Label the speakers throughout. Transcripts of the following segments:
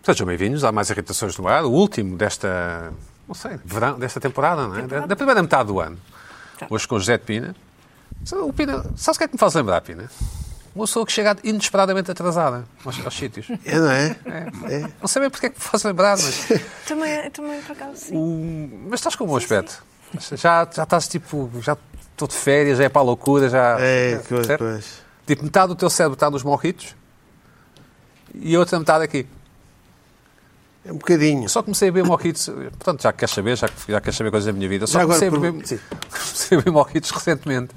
Speaker 1: Sejam bem-vindos a mais Irritações no Ar, o último desta, não sei, verão, desta temporada, não é? Da, da primeira metade do ano. Hoje com o José de Pina. Sabe, O Pina, sabes o que é que me faz lembrar, Pina? Uma pessoa que chega inesperadamente atrasada aos, aos sítios.
Speaker 2: É, não é?
Speaker 1: Não sei bem porque é que me faz lembrar, mas,
Speaker 3: Também, é, também por acaso, sim.
Speaker 1: o- mas estás com um bom aspecto. Já, já estás tipo, já estou de férias, já é para a loucura, já.
Speaker 2: É, que
Speaker 1: certo?
Speaker 2: pois.
Speaker 1: Tipo, metade do teu cérebro está nos morritos e a outra metade aqui.
Speaker 2: É um bocadinho.
Speaker 1: Eu só comecei a beber mojitos, portanto, já que queres saber, já, que- já queres saber coisas da minha vida, só
Speaker 2: Já agora
Speaker 1: comecei, a
Speaker 2: pergun-
Speaker 1: beber,
Speaker 2: sim.
Speaker 1: comecei a beber mojitos recentemente.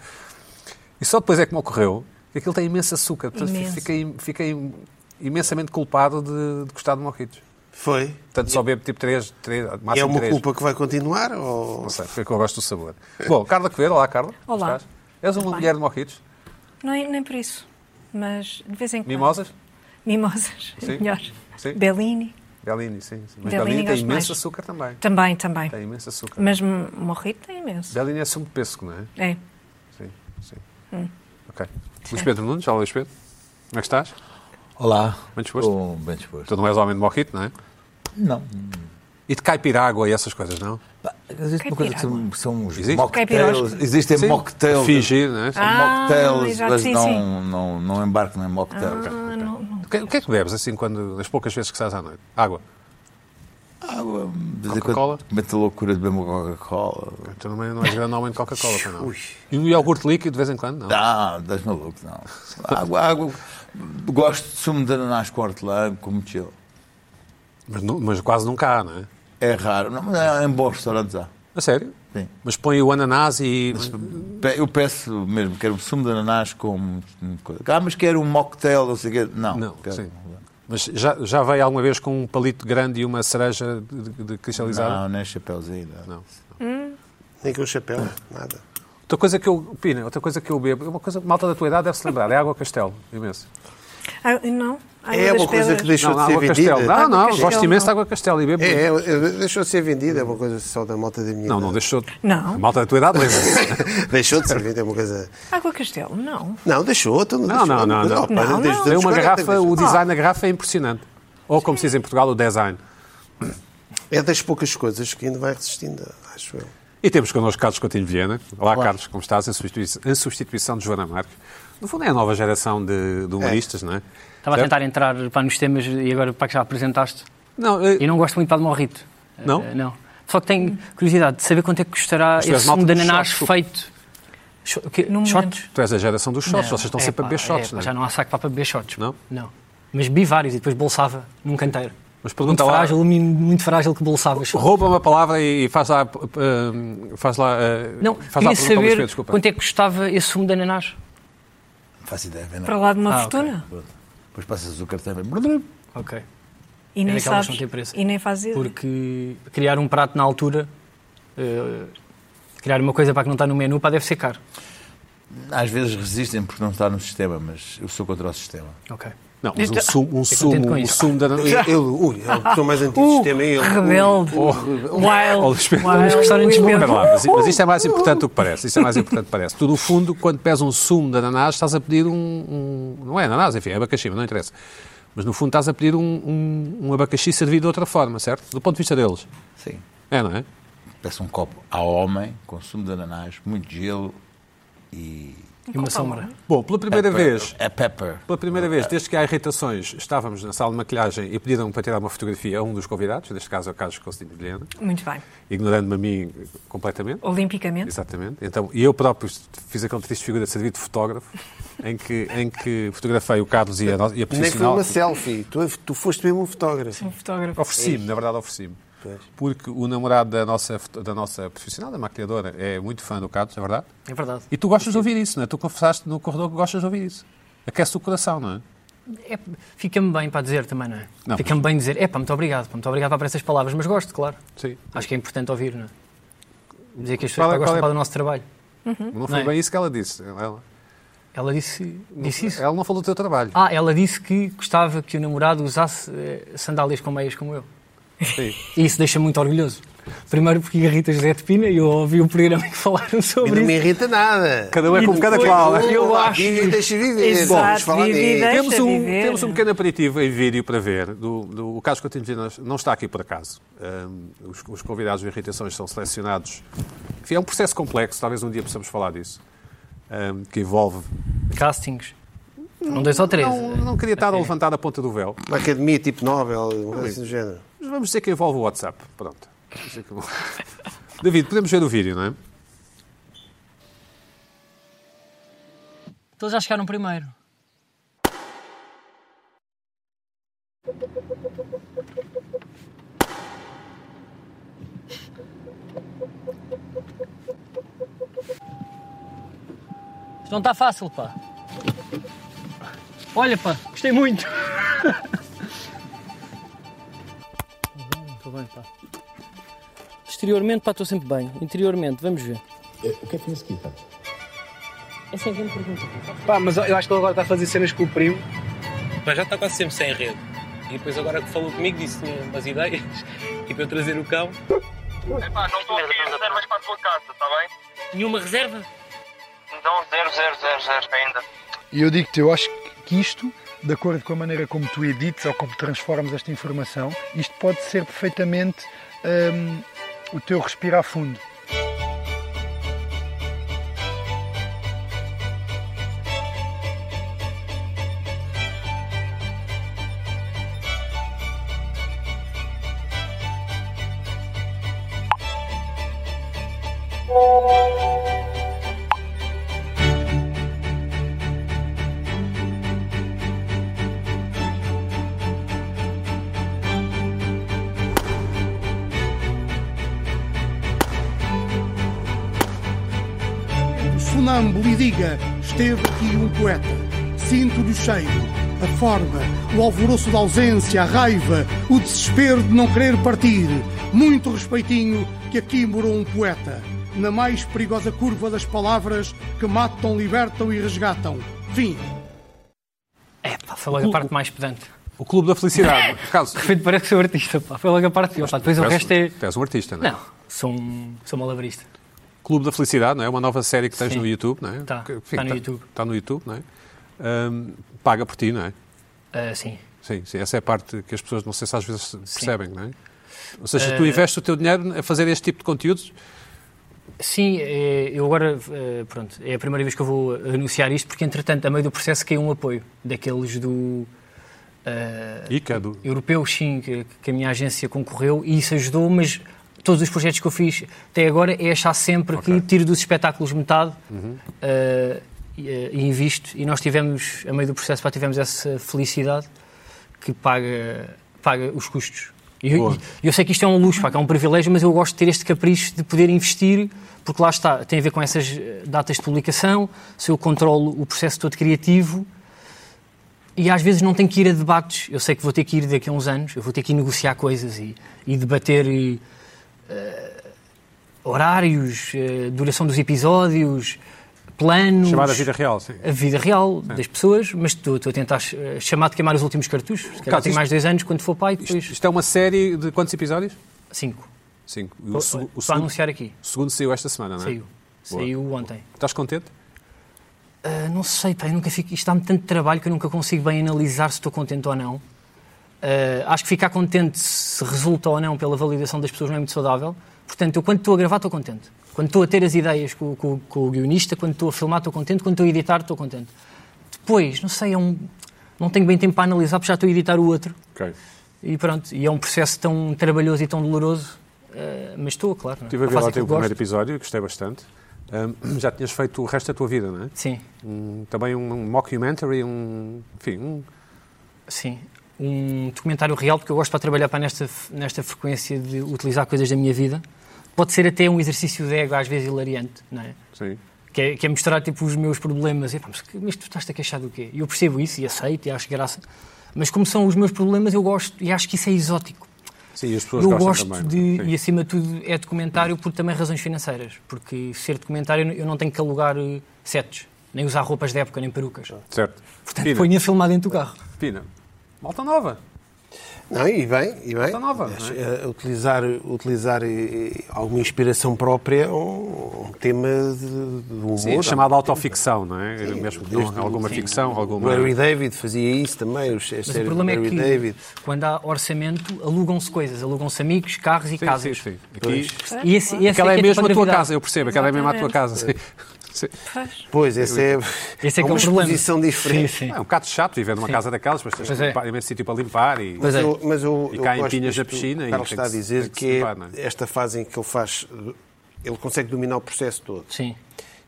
Speaker 1: E só depois é que me ocorreu que aquilo tem imenso açúcar, portanto,
Speaker 3: Imenso.
Speaker 1: fiquei, fiquei imensamente culpado de, de gostar de mojitos.
Speaker 2: Foi.
Speaker 1: Portanto, só bebo tipo 3, 3 máximo
Speaker 2: é- E é uma
Speaker 1: 3.
Speaker 2: culpa que vai continuar? Ou...
Speaker 1: Não sei, porque eu gosto do sabor. Bom, Carla Coelho, olá Carla. como
Speaker 3: Olá.
Speaker 1: Estás? És uma
Speaker 3: Tudo bem.
Speaker 1: mulher de mojitos?
Speaker 3: é, Nem, nem por isso. Mas de vez em quando.
Speaker 1: Mimosas?
Speaker 3: Mimosas,
Speaker 1: Sim.
Speaker 3: melhor.
Speaker 1: Sim.
Speaker 3: Bellini.
Speaker 1: Bellini, sim. sim. Mas
Speaker 3: Bellini
Speaker 1: Bellini tem
Speaker 3: gosto
Speaker 1: imenso
Speaker 3: mais.
Speaker 1: açúcar também.
Speaker 3: Também, também.
Speaker 1: Tem imenso açúcar.
Speaker 3: Mas m- morrito é imenso.
Speaker 1: Bellini é sumo de pêssego, não é?
Speaker 3: É.
Speaker 1: Sim, sim. Ok. Luís Pedro Nunes, olá Luís Pedro. Como é que estás?
Speaker 4: Olá.
Speaker 1: Bem disposto?
Speaker 4: Estou bem disposto.
Speaker 1: Tu não és homem de mojito, não é?
Speaker 4: Não.
Speaker 1: E de caipirágua e essas coisas, não?
Speaker 4: Pá, Existe uma coisa que são, são os
Speaker 1: Existe?
Speaker 4: mocktails.
Speaker 3: Caipirosca.
Speaker 4: Existem
Speaker 1: Sim.
Speaker 4: mocktails.
Speaker 1: Fingir, não é? Sim.
Speaker 3: Ah,
Speaker 4: mocktails,
Speaker 3: exato,
Speaker 4: mas
Speaker 3: sim,
Speaker 4: não,
Speaker 3: sim.
Speaker 4: não, não embarco em mocktails.
Speaker 3: Ah, não, não.
Speaker 1: O que- O que é que bebes, assim, quando, nas poucas vezes que estás à noite? Água.
Speaker 4: Água, Ah, de vez em
Speaker 1: Coca-Cola?
Speaker 4: quando Mete a loucura de beber uma Coca-Cola.
Speaker 1: Tu também não és grande homem de Coca-Cola, pois não? E um iogurte líquido, de vez em quando, não?
Speaker 4: Ah, das maluco, não. Água, água. Gosto de sumo de ananás com hortelã, com mochila.
Speaker 1: Mas, nu- mas quase nunca há, não é?
Speaker 4: É raro. Não, mas é em bons restaurantes há.
Speaker 1: A sério?
Speaker 4: Sim.
Speaker 1: Mas põe o ananás e...
Speaker 4: Pe- Eu peço mesmo, quero um sumo de ananás com. coisa. Ah, mas quero um mocktail, não sei o quê. Não,
Speaker 1: Não,
Speaker 4: quero-
Speaker 1: sim. Mas já, já veio alguma vez com um palito grande e uma cereja de, de cristalizada?
Speaker 4: Não, nem chapéuzinho. Não.
Speaker 2: Nem com o chapéu, nada.
Speaker 1: Outra coisa que eu, Pina, outra coisa que eu bebo, é uma coisa malta da tua idade deve-se lembrar, é água castelo, imenso.
Speaker 3: Ah, não. Água
Speaker 2: É
Speaker 3: das
Speaker 2: uma coisa
Speaker 3: Pedras.
Speaker 2: que deixou
Speaker 1: não,
Speaker 2: de ser
Speaker 1: água castelo.
Speaker 2: vendida.
Speaker 1: Não, não,
Speaker 3: Água
Speaker 1: gosto
Speaker 3: Castelo,
Speaker 1: imenso de
Speaker 3: não.
Speaker 1: água castelo e bebo.
Speaker 2: É,
Speaker 1: muito.
Speaker 2: é, é, deixou de ser vendida, é uma coisa só da malta da minha
Speaker 1: Não, não
Speaker 2: idade.
Speaker 1: deixou.
Speaker 3: Não.
Speaker 1: A malta da tua idade lembra.
Speaker 2: Deixou de ser vendida, é uma coisa...
Speaker 3: Água Ah, Castelo, não.
Speaker 2: Não, deixou. então
Speaker 1: Não,
Speaker 2: deixou.
Speaker 1: não, não. não.
Speaker 2: pá,
Speaker 3: Não,
Speaker 2: desde os
Speaker 1: Tem
Speaker 2: anos
Speaker 1: uma
Speaker 2: 40
Speaker 1: garrafa,
Speaker 2: deixou.
Speaker 1: o design da garrafa é impressionante. Ou como se diz em Portugal, o design.
Speaker 2: É das poucas coisas que ainda vai resistindo, acho eu.
Speaker 1: E temos connosco Carlos Coutinho Vilhena. Olá, Carlos, como estás? Em substituição, em substituição de Joana Marques. No fundo é a nova geração de, de humoristas, não é?
Speaker 5: Estava a
Speaker 1: Certo?
Speaker 5: tentar entrar pá, nos temas e agora para que já apresentaste.
Speaker 1: Não, eh,
Speaker 5: E não gosto muito pá, de morrito.
Speaker 1: Não?
Speaker 5: Eh, não. Só que tenho curiosidade de saber quanto é que custará
Speaker 1: Mas tu és
Speaker 5: esse sumo
Speaker 1: malta
Speaker 5: de
Speaker 1: dos
Speaker 5: ananás
Speaker 1: shots, tu.
Speaker 5: feito. Sho- que-
Speaker 3: Não me
Speaker 5: shots?
Speaker 1: tu és a geração dos shots,
Speaker 5: Não,
Speaker 1: vocês estão
Speaker 5: é
Speaker 1: sempre a
Speaker 5: pá,
Speaker 1: beber shots,
Speaker 5: é pá,
Speaker 1: não é?
Speaker 5: Já não há saco para beber shots.
Speaker 1: Não?
Speaker 5: Não. Mas bi vários e depois bolsava num canteiro.
Speaker 1: Mas
Speaker 5: Muito
Speaker 1: pergunta lá.
Speaker 5: frágil, um menino muito frágil que bolsava os shots.
Speaker 1: Rouba uma palavra e faz lá. eh, faz lá eh,
Speaker 5: Não,
Speaker 1: faz lá a pergunta ao Luís
Speaker 5: queria
Speaker 1: Pedro,
Speaker 5: saber
Speaker 1: desculpa.
Speaker 5: quanto é que custava esse sumo de ananás.
Speaker 4: Não faço ideia, vem lá.
Speaker 3: Para lá de uma
Speaker 5: Ah, ok.
Speaker 3: fortuna.
Speaker 4: Pronto. Depois passas o cartão e vem.
Speaker 5: Ok.
Speaker 3: E nem
Speaker 5: daquelas É que não
Speaker 3: sabes.
Speaker 5: têm preço.
Speaker 3: E nem fazes.
Speaker 5: Porque criar um prato na altura, eh, criar uma coisa para que não está no menu, pá, deve ser caro.
Speaker 4: Às vezes resistem porque não está no sistema, mas eu sou contra o sistema.
Speaker 5: Ok.
Speaker 1: Não, mas um sumo, um
Speaker 5: contente
Speaker 1: sumo,
Speaker 5: com
Speaker 1: um
Speaker 5: isso.
Speaker 1: sumo da
Speaker 2: Ele, ele, ui, é a pessoa mais antissistema, é ele.
Speaker 3: Uh, Rebelde.
Speaker 1: Oh,
Speaker 3: Wild.
Speaker 1: Luís Pedro,
Speaker 3: Wild.
Speaker 5: Os
Speaker 3: Luís
Speaker 5: restaurantes bons.
Speaker 3: Pedro.
Speaker 1: Espera lá, mas, mas isto é mais importante do que parece. Isto é mais importante do que parece. Tu, no fundo, quando pés um sumo de ananás, estás a pedir um. um- não é ananás, enfim, é abacaxi, mas não interessa. Mas, no fundo, estás a pedir um, um, um abacaxi servido de outra forma, certo? Do ponto de vista deles.
Speaker 4: Sim.
Speaker 1: É, não é?
Speaker 4: Peço um copo ao homem, consumo de ananás, muito gelo e.
Speaker 5: E uma sombra.
Speaker 1: Bom, pela primeira
Speaker 4: pepper.
Speaker 1: vez.
Speaker 4: É pepper.
Speaker 1: Pela
Speaker 2: Ah,
Speaker 1: primeira vez, desde que há irritações, estávamos na sala de maquilhagem e pediram para tirar uma fotografia a um dos convidados, neste caso é o Carlos Constantino de Vilhena,
Speaker 3: Muito bem.
Speaker 1: ignorando-me a mim completamente.
Speaker 3: Olimpicamente.
Speaker 1: Exatamente. Então, e eu próprio fiz aquela triste figura de servir de fotógrafo, em que, em que fotografei o Carlos e a, no- e a
Speaker 2: Nem foi
Speaker 1: profissional.
Speaker 2: uma selfie. Tu, tu foste mesmo um fotógrafo.
Speaker 3: Um fotógrafo.
Speaker 1: Ofereci-me, na verdade, ofereci-me. Porque o namorado da nossa, foto- da nossa profissional, da maquilhadora, é muito fã do Carlos, é verdade?
Speaker 5: É verdade.
Speaker 1: E tu gostas de ouvir isso, não é? Tu confessaste no corredor que gostas de ouvir isso. Aquece o coração, não é?
Speaker 5: É- Fica-me bem para dizer também, não é?
Speaker 1: Não,
Speaker 5: Fica-me bem dizer, é pá, muito obrigado, pá, muito obrigado para essas palavras, mas gosto, claro.
Speaker 1: Sim.
Speaker 5: Acho que é importante ouvir, não é? Dizer que as
Speaker 1: Qual é-
Speaker 5: pessoas pá,
Speaker 1: qual
Speaker 5: gostam
Speaker 1: é-
Speaker 5: pá, do nosso trabalho.
Speaker 2: Hum?
Speaker 1: Não
Speaker 5: Não
Speaker 1: foi
Speaker 5: é?
Speaker 1: bem isso que ela disse. Ela,
Speaker 5: Ela disse, disse isso.
Speaker 1: ela não falou do teu trabalho.
Speaker 5: Ah, ela disse que gostava que o namorado usasse eh, sandálias com meias como eu. E isso deixa muito orgulhoso. Primeiro porque irrita José de Pina, e eu ouvi o programa em que falaram
Speaker 2: E não
Speaker 5: sobre
Speaker 2: me
Speaker 5: isso.
Speaker 2: irrita nada. Uh,
Speaker 1: Cada um é
Speaker 5: E
Speaker 1: como cada
Speaker 5: depois-
Speaker 1: qual.
Speaker 5: Eu acho-
Speaker 2: Vive e deixa viver.
Speaker 3: Exato,
Speaker 2: Vamos falar
Speaker 3: vive e
Speaker 2: disso.
Speaker 3: deixa.
Speaker 1: Temos um,
Speaker 3: viver.
Speaker 1: temos um pequeno aperitivo em vídeo para ver. Do, do, o Carlos Coutinho de Nós não está aqui por acaso. Ahm, os, os convidados de irritações são selecionados. Enfim, é um processo complexo, talvez um dia possamos falar disso. Ahm, que envolve.
Speaker 5: Castings. Não dois ou três.
Speaker 1: Não, não queria estar a levantar a ponta do véu.
Speaker 2: Uma academia tipo Nobel, uma coisa assim do género.
Speaker 1: Mas vamos dizer que envolve o WhatsApp. Pronto. Vamos dizer que- David, podemos ver o vídeo, não é?
Speaker 5: Todos já chegaram primeiro. Isto não está fácil, pá. Olha, pá, gostei muito. Estou bem, pá. Exteriormente, pá, estou sempre bem. Interiormente, vamos ver.
Speaker 6: O que é que tinha seguido?
Speaker 5: É sempre uma pergunta.
Speaker 7: Pá, mas eu acho que ele agora está a fazer cenas com o primo. Mas já está quase sempre sem rede. E depois agora que falou comigo disse-me umas ideias e para eu trazer o cão.
Speaker 8: Epá, não estou aqui reservas para a tua casa, está bem?
Speaker 5: Nenhuma reserva?
Speaker 8: Não, zero, zero, zero, zero ainda.
Speaker 9: E eu digo-te, eu acho que isto, de acordo com a maneira como tu edites ou como transformas esta informação, isto pode ser perfeitamente hum, o teu respirar fundo.
Speaker 10: sonâmbulo e diga: esteve aqui um poeta. Sinto-lhe o cheiro, a forma, o alvoroço da ausência, a raiva, o desespero de não querer partir. Muito respeitinho que aqui morou um poeta, na mais perigosa curva das palavras que matam, libertam e resgatam. Fim.
Speaker 5: É, pá, foi logo a parte mais pedante.
Speaker 1: O Clube da Felicidade. Carlos,
Speaker 5: De repente parece que sou artista, pá. Foi logo a parte. Pá, depois o
Speaker 1: tu és-
Speaker 5: resto é.
Speaker 1: tu és um artista, não é?
Speaker 5: Não, sou, um, sou malabarista.
Speaker 1: Clube da Felicidade, não é? Uma nova série que tens
Speaker 5: Sim.
Speaker 1: no YouTube, não é?
Speaker 5: Tá.
Speaker 1: Que-
Speaker 5: Tá no YouTube.
Speaker 1: Está no YouTube, não é? Ahm, paga por ti, não é?
Speaker 5: Ah, sim.
Speaker 1: Sim, sim, essa é a parte que as pessoas não sei se às vezes percebem, não é? Ou seja,
Speaker 5: Eh,
Speaker 1: tu investes o teu dinheiro a fazer este tipo de conteúdos,
Speaker 5: Sim, é, eu agora. eh, Pronto, é a primeira vez que eu vou anunciar isto, porque entretanto, a meio do processo, caiu um apoio daqueles do. eh,
Speaker 1: ICA, é do,
Speaker 5: europeu, sim, que, que a minha agência concorreu e isso ajudou, mas todos os projetos que eu fiz até agora é achar sempre
Speaker 1: Ok.
Speaker 5: que tiro dos espetáculos metade eh, e, eh, e invisto. E nós tivemos, a meio do processo, pá, tivemos essa felicidade que paga, paga os custos. E eu,
Speaker 1: Boa.
Speaker 5: e eu sei que isto é um luxo, pá, que é um privilégio, mas eu gosto de ter este capricho de poder investir, porque lá está, tem a ver com essas eh, datas de publicação, se eu controlo o processo todo criativo, e às vezes não tenho que ir a debates. Eu sei que vou ter que ir daqui a uns anos, eu vou ter que ir negociar coisas e, e debater e, eh, horários, eh, duração dos episódios, planos.
Speaker 1: chamada vida real, sim.
Speaker 5: a vida real das pessoas, mas estou estou a tentar eh, chamar de queimar os últimos cartuchos. Se calhar
Speaker 1: Carlos,
Speaker 5: tenho mais
Speaker 1: isto-
Speaker 5: dois anos quando for pai,
Speaker 1: Isto,
Speaker 5: depois
Speaker 1: isto é uma série de quantos episódios?
Speaker 5: cinco.
Speaker 1: Cinco. E
Speaker 5: Vou-
Speaker 1: O, seg- o
Speaker 5: Estou a
Speaker 1: segundo,
Speaker 5: anunciar aqui.
Speaker 1: o segundo saiu esta semana, não é?
Speaker 5: Saiu.
Speaker 1: Boa.
Speaker 5: Saiu ontem.
Speaker 1: Estás contente?
Speaker 5: Ah, não sei, pá, eu nunca fico, isto dá-me tanto trabalho que eu nunca consigo bem analisar se estou contente ou não. Ah, acho que ficar contente se resulta ou não pela validação das pessoas não é muito saudável. Portanto, eu quando estou a gravar estou contente. Quando estou a ter as ideias com, com- com o guionista, quando estou a filmar estou contente, quando estou a editar estou contente. Depois, não sei, é um- não tenho bem tempo para analisar porque já estou a editar o outro.
Speaker 1: Ok.
Speaker 5: E pronto, e é um processo tão trabalhoso e tão doloroso. ah, mas estou, claro. não é?
Speaker 1: Estive a ver
Speaker 5: Faço
Speaker 1: lá o teu
Speaker 5: aquilo que gosto.
Speaker 1: primeiro episódio, gostei bastante. Ahm, já tinhas feito o resto da tua vida, não é?
Speaker 5: Sim.
Speaker 1: Um- também um, um mockumentary, um. Enfim, um.
Speaker 5: Sim, um documentário real, porque eu gosto para trabalhar para nesta, nesta frequência de utilizar coisas da minha vida. Pode ser até um exercício de ego, às vezes hilariante, não é?
Speaker 1: Sim.
Speaker 5: Que é, que é mostrar tipo, os meus problemas. E, pá, mas, que- mas tu estás a queixar do quê? E eu percebo isso e aceito e acho graça. Mas como são os meus problemas, eu gosto e acho que isso é exótico.
Speaker 1: Sim, e as pessoas
Speaker 5: Eu
Speaker 1: gostam
Speaker 5: gosto
Speaker 1: também.
Speaker 5: de,
Speaker 1: não é?
Speaker 5: e acima de tudo, é documentário por também razões financeiras. Porque ser documentário, eu não tenho que alugar eh, sets, nem usar roupas de época, nem perucas.
Speaker 1: Sim, é? certo.
Speaker 5: Portanto,
Speaker 1: Pina,
Speaker 5: ponho-a filmar dentro do carro.
Speaker 1: Pina, malta nova.
Speaker 2: Não, e bem, e bem.
Speaker 1: Está nova,
Speaker 5: é?
Speaker 2: Aliás,
Speaker 1: não
Speaker 2: eh, utilizar, utilizar eh, alguma inspiração própria é um, um tema de, de humor.
Speaker 1: Sim, chamada autoficção, não é? Mesmo,
Speaker 2: Desde o-
Speaker 1: alguma ficção,
Speaker 2: O
Speaker 1: alguma.
Speaker 2: Larry David fazia isso também, os
Speaker 5: Mas o problema é
Speaker 2: Larry
Speaker 5: que
Speaker 2: David.
Speaker 5: quando há orçamento, alugam-se coisas, alugam-se amigos, carros e
Speaker 1: Sim,
Speaker 5: casas.
Speaker 1: sim, sim. Aqui,
Speaker 5: E esse, esse
Speaker 1: aquela é
Speaker 5: que
Speaker 1: mesmo a tua
Speaker 5: padronidade.
Speaker 1: casa, eu percebo, aquela é mesmo a tua
Speaker 3: Exatamente.
Speaker 1: casa. sim. Sim.
Speaker 3: Pois.
Speaker 2: Pois, esse é,
Speaker 5: Esse é que é
Speaker 2: uma
Speaker 5: o problema.
Speaker 2: exposição diferente.
Speaker 5: Sim, sim.
Speaker 1: É um bocado chato viver numa casa daquelas, mas tens
Speaker 5: Pois
Speaker 1: que
Speaker 5: é.
Speaker 1: limpar, imenso sítio para limpar e.
Speaker 5: Pois é.
Speaker 2: eu, mas eu,
Speaker 1: E
Speaker 2: eu
Speaker 1: caem
Speaker 2: gosto
Speaker 1: pinhas na
Speaker 2: disto que
Speaker 1: piscina
Speaker 2: O
Speaker 1: e
Speaker 2: Carlos
Speaker 1: tem
Speaker 2: está a
Speaker 1: que se-
Speaker 2: dizer
Speaker 1: tem que se
Speaker 2: que é
Speaker 1: limpar, não é?
Speaker 2: esta fase em que ele faz. Ele consegue dominar o processo todo.
Speaker 5: Sim.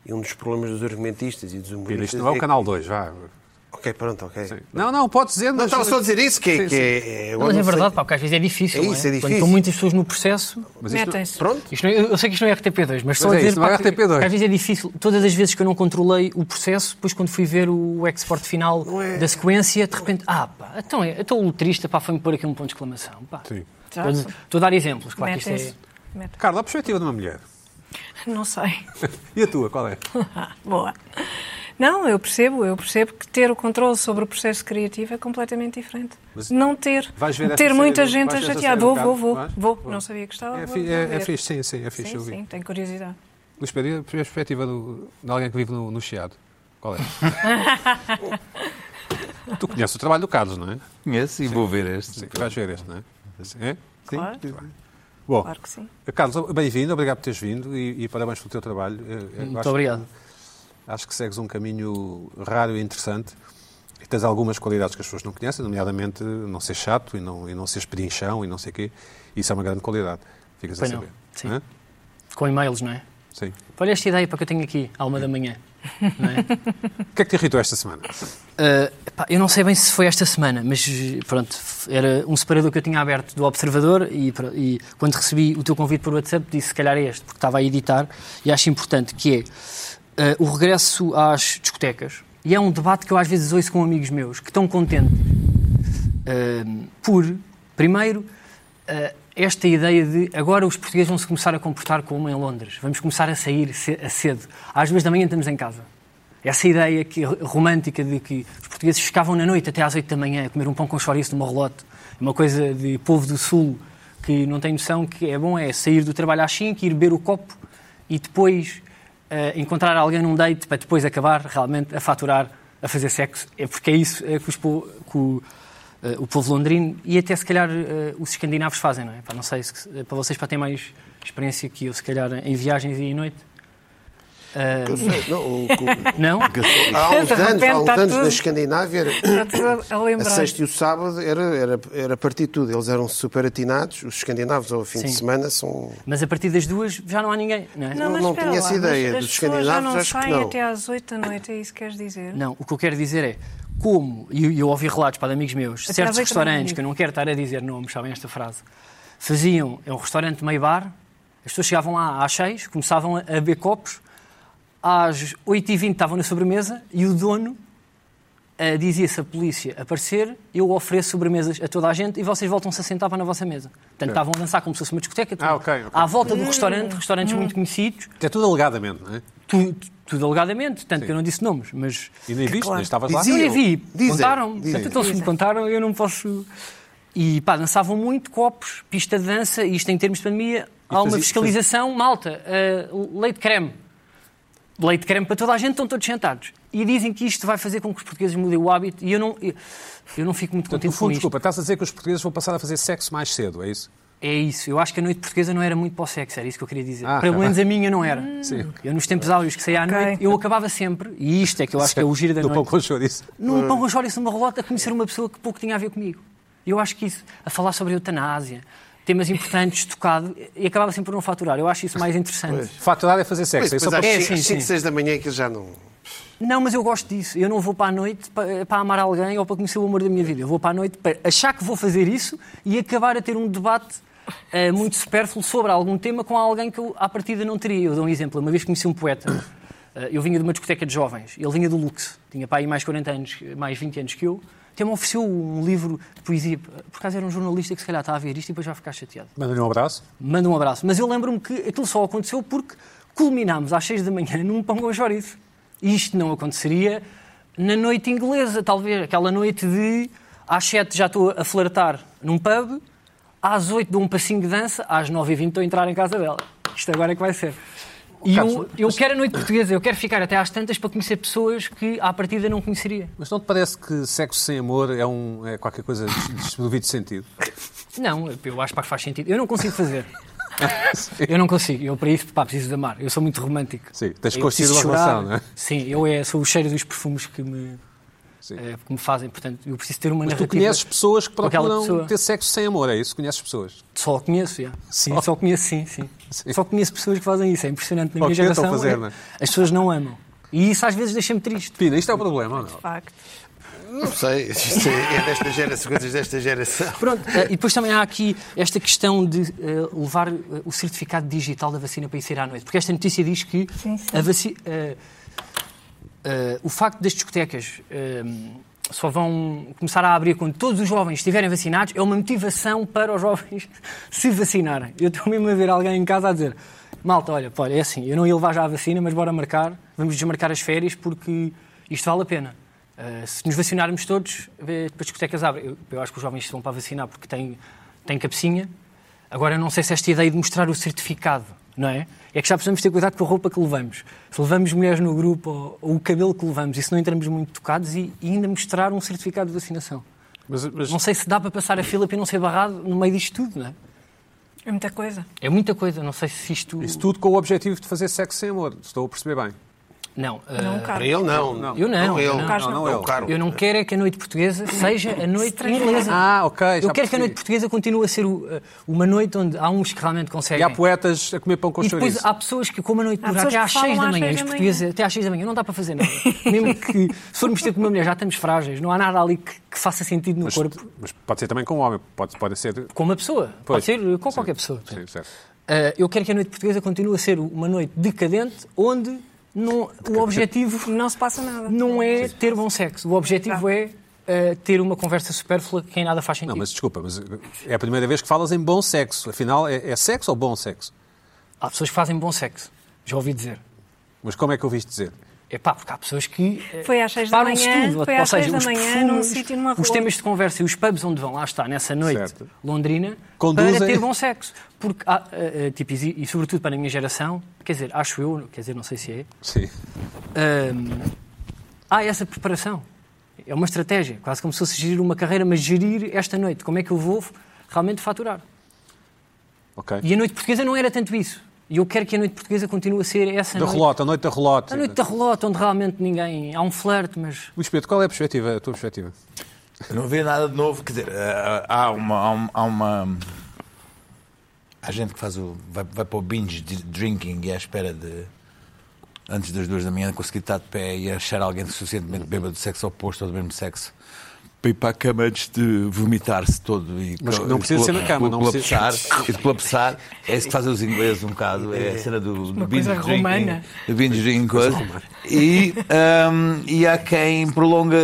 Speaker 2: E um dos problemas dos argumentistas e dos
Speaker 1: Pina,
Speaker 2: humoristas.
Speaker 1: isto não é o
Speaker 2: que-
Speaker 1: canal 2, vá.
Speaker 2: Ok, pronto, ok.
Speaker 1: Não, não, pode dizer.
Speaker 2: Não,
Speaker 1: mas-
Speaker 2: estava só a dizer isso, que, é-
Speaker 1: Sim,
Speaker 2: que
Speaker 1: sim.
Speaker 2: é. é-
Speaker 5: Não, mas é
Speaker 2: eu não sei-
Speaker 5: verdade, pá, porque às vezes é difícil.
Speaker 2: É
Speaker 5: não
Speaker 2: isso, é
Speaker 5: Quando
Speaker 2: difícil.
Speaker 5: estão muitas pessoas no processo.
Speaker 1: Mas isto-
Speaker 3: Metem-se.
Speaker 2: Pronto,
Speaker 5: Isto não é- eu sei que isto não é RTP2, mas só
Speaker 1: Mas
Speaker 5: a
Speaker 1: é
Speaker 5: dizer
Speaker 1: isso, não é
Speaker 5: pá, que-
Speaker 1: RTP2.
Speaker 5: que às vezes é difícil. Todas as vezes que eu não controlei o processo, depois quando fui ver o export final
Speaker 1: é.
Speaker 5: da sequência, de repente, ah, pá, então, é, então o letrista pá, foi-me pôr aqui um ponto de exclamação. Pá.
Speaker 1: Sim.
Speaker 5: Estou, estou a dar exemplos, claro que isto é.
Speaker 3: Metem-se. Metem-
Speaker 1: Carla, a perspectiva de uma mulher.
Speaker 3: Não sei.
Speaker 1: E a tua, qual é?
Speaker 3: Ah, Boa. Não, eu percebo, eu percebo que ter o controle sobre o processo criativo é completamente diferente.
Speaker 1: Mas
Speaker 3: não ter,
Speaker 1: vais ver essa
Speaker 3: ter
Speaker 1: série
Speaker 3: muita
Speaker 1: do-
Speaker 3: gente
Speaker 1: vais
Speaker 3: a
Speaker 1: ver essa
Speaker 3: chatear.
Speaker 1: série do
Speaker 3: Vou,
Speaker 1: Carlos?
Speaker 3: vou, vou,
Speaker 1: Vais?
Speaker 3: vou.
Speaker 1: Vou.
Speaker 3: Não sabia que estava.
Speaker 1: É,
Speaker 3: vou-
Speaker 1: fi-
Speaker 3: vou
Speaker 1: é, é
Speaker 3: ver.
Speaker 1: fixe, sim, sim, é fixe.
Speaker 3: Sim,
Speaker 1: eu vi.
Speaker 3: sim, tenho curiosidade.
Speaker 1: Luís Pedro, a perspectiva do, de alguém que vive no, no Chiado. Qual é? tu conheces o trabalho do Carlos, não é?
Speaker 4: Conheço e vou ver este.
Speaker 1: Sim, vais ver este, não é? É?
Speaker 3: Claro.
Speaker 1: Bom,
Speaker 3: Claro que sim.
Speaker 1: Carlos, bem-vindo, obrigado por teres vindo e, e parabéns pelo teu trabalho. Eu- eu acho
Speaker 5: Muito
Speaker 1: que-
Speaker 5: obrigado.
Speaker 1: Acho que segues um caminho raro e interessante e tens algumas qualidades que as pessoas não conhecem, nomeadamente não ser chato e não, e não seres pedinchão e não sei o quê. Isso é uma grande qualidade. Ficas
Speaker 5: Pois
Speaker 1: a
Speaker 5: não.
Speaker 1: saber.
Speaker 5: Sim.
Speaker 1: Hã?
Speaker 5: Com e-mails, não é?
Speaker 1: Sim.
Speaker 5: Olha esta ideia para que eu tenho aqui, à uma da manhã. Não é?
Speaker 1: O que é que te irritou esta semana?
Speaker 5: Uh, pá, eu não sei bem se foi esta semana, mas pronto, f- era um separador que eu tinha aberto do Observador e, pr- e quando recebi o teu convite por WhatsApp disse se calhar é este, porque estava a editar e acho importante que é uh, o regresso às discotecas. E é um debate que eu às vezes ouço com amigos meus que estão contentes uh, por, primeiro, uh, esta ideia de agora os portugueses vão se começar a comportar como em Londres, vamos começar a sair ce- a cedo. Às duas da manhã estamos em casa. Essa ideia que, romântica de que os portugueses ficavam na noite até às 8 da manhã a comer um pão com chouriço numa relote, uma coisa de povo do Sul que não tem noção que é bom é sair do trabalho às 5, ir beber o copo e depois eh, encontrar alguém num date para depois acabar realmente a faturar, a fazer sexo. É porque é isso eh, que, os po- que o, eh, o povo londrino e até se calhar eh, os escandinavos fazem, não é? Pá, não sei, se- eh, para vocês para terem mais experiência que eu, se calhar em viagens e em noite. Eh,
Speaker 2: eu sei, não, o- o-
Speaker 5: não?
Speaker 2: há uns
Speaker 3: De
Speaker 2: anos,
Speaker 3: repente
Speaker 2: há uns
Speaker 3: está
Speaker 2: anos
Speaker 3: tudo-
Speaker 2: na Escandinávia, era-
Speaker 3: Está tudo a
Speaker 2: a
Speaker 3: lembrar.
Speaker 2: sexta e o sábado era, era, era partir tudo. Eles eram super atinados. Os escandinavos, ao fim de
Speaker 5: Sim.
Speaker 2: semana, são.
Speaker 5: Mas a partir das duas já não há ninguém, não é?
Speaker 3: Não, mas
Speaker 2: um, não
Speaker 3: espera
Speaker 2: tinha
Speaker 3: lá,
Speaker 2: essa
Speaker 3: mas
Speaker 2: ideia.
Speaker 3: As
Speaker 2: Dos
Speaker 3: pessoas já não
Speaker 2: escandinavos, acho que
Speaker 3: saem
Speaker 2: não.
Speaker 3: até às 8 da noite, é isso que queres dizer?
Speaker 5: Não, o que eu quero dizer é como, e eu ouvi relatos para de amigos meus,
Speaker 3: Até às
Speaker 5: certos
Speaker 3: oito da manhã.
Speaker 5: restaurantes, que eu não quero estar a dizer nomes, sabem esta frase, faziam, é um restaurante meio bar, as pessoas chegavam lá às seis, começavam a beber copos, às 8h20 estavam na sobremesa e o dono ah, dizia se a polícia aparecer, eu ofereço sobremesas a toda a gente e vocês voltam-se a sentar para na vossa mesa. Portanto, estavam a dançar como se fosse uma discoteca. tudo.
Speaker 1: Ah, ok, ok.
Speaker 5: À volta do restaurante, restaurantes muito conhecidos,
Speaker 1: É tudo alegadamente, não é?
Speaker 5: tu- tu- tudo alegadamente, tanto que eu não disse nomes, mas...
Speaker 1: E nem viste, nem estavas lá.
Speaker 5: Eu
Speaker 2: Diziam.
Speaker 5: nem vi,
Speaker 2: Dizem,
Speaker 5: contaram-me.
Speaker 2: dizem.
Speaker 5: Então, se me contaram, eu não posso. E pá, dançavam muito, copos, pista de dança, e isto em termos de pandemia, há uma
Speaker 1: fazia-
Speaker 5: fiscalização, malta, ah, leite creme. Leite creme para toda a gente, estão todos sentados. E dizem que isto vai fazer com que os portugueses mudem o hábito, e eu não, eu, eu não fico muito
Speaker 1: Portanto,
Speaker 5: contente
Speaker 1: no fundo,
Speaker 5: com isto.
Speaker 1: desculpa, estás a dizer que os portugueses vão passar a fazer sexo mais cedo, é isso?
Speaker 5: É isso, eu acho que a noite portuguesa não era muito para o sexo, era isso que eu queria dizer.
Speaker 1: Ah,
Speaker 5: Pelo
Speaker 1: tá
Speaker 5: menos
Speaker 1: bem.
Speaker 5: a minha não era.
Speaker 1: Sim.
Speaker 5: Eu, nos tempos áureos que saía à
Speaker 3: Ok.
Speaker 5: noite, eu acabava sempre, e isto é que eu acho que é o giro da
Speaker 1: Do
Speaker 5: noite.
Speaker 1: pão com chouriço.
Speaker 5: num pão com chouriço numa relota a conhecer uma pessoa que pouco tinha a ver comigo. Eu acho que isso, a falar sobre a eutanásia, temas importantes, tocado, e acabava sempre por não faturar. Eu acho isso mais interessante.
Speaker 1: Faturar é fazer sexo. é
Speaker 2: Depois
Speaker 1: só para-
Speaker 2: às
Speaker 5: é,
Speaker 2: cinco-
Speaker 5: sim,
Speaker 2: às cinco,
Speaker 5: sim.
Speaker 2: seis da manhã, que eles já não.
Speaker 5: Não, mas eu gosto disso. Eu não vou para a noite pa- para, amar alguém ou para conhecer o amor da minha vida. Eu vou para a noite para achar que vou fazer isso e acabar a ter um debate eh, muito supérfluo sobre algum tema com alguém que eu, à partida, não teria. Eu dou um exemplo. Uma vez conheci um poeta. Eh, eu vinha de uma discoteca de jovens. Ele vinha do Lux. Tinha para aí mais 40 anos, mais 20 anos que eu. Até me ofereceu um livro de poesia. Por acaso era um jornalista que se calhar está a ver isto e depois vai ficar chateado
Speaker 1: Manda-lhe um abraço.
Speaker 5: manda um abraço. Mas eu lembro-me que aquilo só aconteceu porque culminámos às 6 da manhã num pão com chouriço. E isto não aconteceria na noite inglesa, talvez, aquela noite de Às 7 já estou a flertar num pub, às 8 dou um passinho de dança, às 9h20 estou a entrar em casa dela. Isto agora é que vai ser. E eu, eu quero a noite portuguesa, eu quero ficar até às tantas para conhecer pessoas que à partida não conheceria.
Speaker 1: Mas não te parece que sexo sem amor é, um, é qualquer coisa des- desprovido de sentido?
Speaker 5: Não, eu acho pá, que faz sentido. Eu não consigo fazer. Eu não consigo. Eu para isso pá, preciso de amar. Eu sou muito romântico.
Speaker 1: Sim, tens
Speaker 5: Eu
Speaker 1: consciência da
Speaker 5: É preciso chorar.
Speaker 1: relação, não é?
Speaker 5: Sim, eu é, sou o cheiro dos perfumes que me,
Speaker 1: Sim.
Speaker 5: eh, que me fazem. Portanto, eu preciso ter uma
Speaker 1: Mas tu
Speaker 5: narrativa.
Speaker 1: conheces pessoas que
Speaker 5: com aquela
Speaker 1: procuram
Speaker 5: pessoa.
Speaker 1: ter sexo sem amor, é isso? Conheces pessoas?
Speaker 5: Só conheço, já. Sim,
Speaker 1: Só?
Speaker 5: só conheço, sim, sim,
Speaker 1: Sim.
Speaker 5: Só conheço pessoas que fazem isso. É impressionante. Na
Speaker 1: Ou
Speaker 5: minha
Speaker 1: que tentam
Speaker 5: geração,
Speaker 1: fazer,
Speaker 5: é-
Speaker 1: não é?
Speaker 5: as pessoas não amam. E isso às vezes deixa-me triste.
Speaker 1: Pina, isto é um problema ou não?
Speaker 3: facto.
Speaker 2: Não sei, isto é desta geração, coisas desta geração.
Speaker 5: Pronto,
Speaker 1: É.
Speaker 5: eh, e depois também há aqui esta questão de eh, levar eh, o certificado digital da vacina para ir sair à noite. Porque esta notícia diz que
Speaker 3: Sim, sim.
Speaker 5: a vaci- eh, eh, o facto das discotecas eh, só vão começar a abrir quando todos os jovens estiverem vacinados é uma motivação para os jovens se vacinarem. Eu estou mesmo a ver alguém em casa a dizer: malta, olha, pá, é assim, eu não ia levar já a vacina, mas bora marcar, vamos desmarcar as férias porque isto vale a pena. Uh, se nos vacinarmos todos, eh, depois as discotecas abrem. Eu, eu acho que os jovens se vão para vacinar porque têm, têm cabecinha. Agora, eu não sei se esta ideia de mostrar o certificado, não é? É que já precisamos ter cuidado com a roupa que levamos. Se levamos mulheres no grupo ou, ou o cabelo que levamos, e se não entramos muito tocados, e, e ainda mostrar um certificado de vacinação.
Speaker 1: Mas, mas-
Speaker 5: Não sei se dá para passar a fila para não ser barrado no meio disto tudo, não é?
Speaker 3: É muita coisa.
Speaker 5: É muita coisa, não sei se isto.
Speaker 1: isso tudo com o objetivo de fazer sexo sem amor, estou a perceber bem.
Speaker 5: Não. uh,
Speaker 3: Não,
Speaker 2: Para
Speaker 3: Carlos.
Speaker 2: ele, não.
Speaker 5: Eu não,
Speaker 2: Não,
Speaker 5: eu
Speaker 2: ele.
Speaker 5: não.
Speaker 1: Carlos, não.
Speaker 2: é o Carlos.
Speaker 5: Eu não quero é que a noite portuguesa seja a noite inglesa.
Speaker 1: Ah, ok. já
Speaker 5: Eu quero que
Speaker 1: percebi.
Speaker 5: a noite portuguesa continue a ser o- uh, uma noite onde há uns que realmente
Speaker 1: E
Speaker 5: conseguem.
Speaker 1: há poetas a comer pão com
Speaker 5: E depois
Speaker 1: chouriço.
Speaker 5: há pessoas que, como a noite
Speaker 3: Há
Speaker 5: dura
Speaker 3: pessoas
Speaker 5: até
Speaker 3: que
Speaker 5: às 6
Speaker 3: falam
Speaker 5: da
Speaker 3: às
Speaker 5: manhã,
Speaker 3: seis
Speaker 5: os
Speaker 3: da
Speaker 5: portugueses
Speaker 3: manhã.
Speaker 5: até às 6 da manhã não dá para fazer nada. Mesmo que se formos ter com uma mulher já estamos frágeis, não há nada ali que, que faça sentido no
Speaker 1: Mas,
Speaker 5: corpo.
Speaker 1: mas pode ser também com um homem, pode, pode ser.
Speaker 5: Com uma pessoa,
Speaker 1: Pois.
Speaker 5: pode ser uh, com
Speaker 1: Sim.
Speaker 5: qualquer pessoa.
Speaker 1: Sim, certo.
Speaker 5: Uh, eu quero que a noite portuguesa continue a ser uma noite decadente onde não- o objetivo
Speaker 3: Não se passa nada.
Speaker 5: não é ter bom sexo, o objetivo é uh, ter uma conversa supérflua que em nada faz sentido.
Speaker 1: Não, mas desculpa, mas é a primeira vez que falas em bom sexo. Afinal, é, é sexo ou bom sexo?
Speaker 5: Há pessoas que fazem bom sexo, já ouvi dizer.
Speaker 1: Mas como é que ouviste dizer?
Speaker 5: É pá, porque há pessoas que. eh,
Speaker 3: Foi às seis da
Speaker 5: preparam-se
Speaker 3: manhã,
Speaker 5: tudo.
Speaker 3: foi
Speaker 5: Ou
Speaker 3: às
Speaker 5: seja,
Speaker 3: seis da
Speaker 5: os
Speaker 3: manhã,
Speaker 5: perfumes,
Speaker 3: num sítio, numa
Speaker 5: Os
Speaker 3: rua.
Speaker 5: temas de conversa e os pubs onde vão, lá está, nessa noite
Speaker 1: Certo.
Speaker 5: londrina,
Speaker 1: Conduzem.
Speaker 5: para ter bom sexo. Porque, há, eh, eh, tipo, e, e sobretudo para a minha geração, quer dizer, acho eu, quer dizer, não sei se é,
Speaker 1: Sim.
Speaker 5: Hum, há essa preparação. É uma estratégia, quase como se fosse gerir uma carreira, mas gerir esta noite. Como é que eu vou realmente faturar?
Speaker 1: Ok.
Speaker 5: E a noite portuguesa não era tanto isso. E eu quero que a noite portuguesa continue a ser essa
Speaker 1: Da
Speaker 5: noite.
Speaker 1: relota, a noite da relota.
Speaker 5: A noite da relota, onde realmente ninguém. Há um flerte, mas.
Speaker 1: Luís Pedro, qual é a perspectiva, a tua perspectiva?
Speaker 4: Eu Não vê nada de novo. Quer dizer, eh, há uma. Há, um- há uma há gente que faz o. Vai, vai para o binge de- drinking e é à espera de. Antes das duas da manhã conseguir estar de pé e achar alguém suficientemente bêbado do sexo oposto ou do mesmo sexo para ir para a cama antes de vomitar-se todo e
Speaker 1: Mas não precisa ser na cama, não precisa-
Speaker 4: colapsar, e de colapsar é isso que fazem os ingleses um bocado é a cena do, do binge
Speaker 3: coisa
Speaker 4: drinking
Speaker 3: romana.
Speaker 4: do binge drinking coisa. e, ahm, e há quem prolonga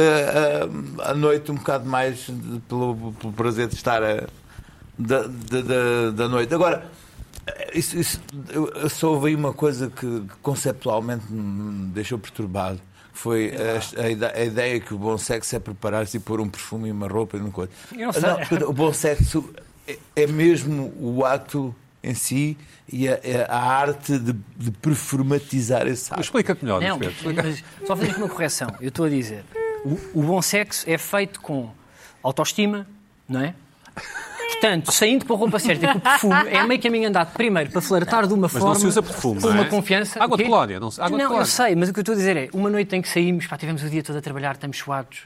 Speaker 4: ahm, a noite um bocado mais de- pelo, pelo prazer de estar a- da, da, da- da noite agora isso, isso- eu, eu só ouvi uma coisa que conceptualmente me deixou perturbado foi a, a ide- a ideia que o bom sexo é preparar-se e pôr um perfume e uma roupa e uma coisa.
Speaker 5: Eu não sei.
Speaker 4: o bom sexo é, é mesmo o ato em si e a, é a arte de, de performatizar esse ato.
Speaker 1: Explica-te melhor,
Speaker 5: Não,
Speaker 1: Luís Pedro. Explica.
Speaker 5: mas só fazer aqui uma correção. Eu estou a dizer, o, o bom sexo é feito com autoestima, não é? Portanto, saindo com a roupa certa e com o perfume, é meio caminho andado primeiro para flertar de uma
Speaker 1: não
Speaker 5: forma.
Speaker 1: se usa perfume,
Speaker 5: Com
Speaker 1: não
Speaker 5: uma
Speaker 1: é?
Speaker 5: confiança.
Speaker 1: Água de
Speaker 5: O quê?
Speaker 1: colónia, não se- água de
Speaker 5: Não, eu
Speaker 1: colónia.
Speaker 5: sei, mas o que eu estou a dizer é: uma noite em que saímos, pá, tivemos o dia todo a trabalhar, estamos suados,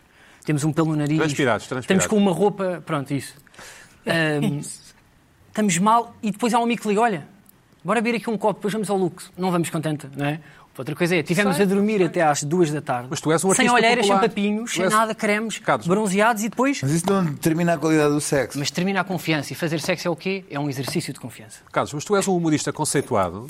Speaker 5: temos um pelo no nariz,
Speaker 1: Transpirados, transpirados.
Speaker 5: estamos com uma roupa. Pronto, isso. Ahm, estamos mal e depois há um amigo que liga, olha, bora beber aqui um copo, depois vamos ao luxo. Não vamos com tanta, não é? Outra coisa é, tivemos a dormir até às duas da tarde.
Speaker 1: Mas tu és um
Speaker 5: Sem
Speaker 1: artista
Speaker 5: olheiras, sem
Speaker 1: popular.
Speaker 5: papinhos,
Speaker 1: Tu
Speaker 5: sem
Speaker 1: és-
Speaker 5: nada, cremes,
Speaker 1: Carlos.
Speaker 5: bronzeados e depois...
Speaker 4: Mas isso não determina a qualidade do sexo.
Speaker 5: Mas termina a confiança. E fazer sexo é o quê? É um exercício de confiança.
Speaker 1: Carlos, mas tu és um humorista conceituado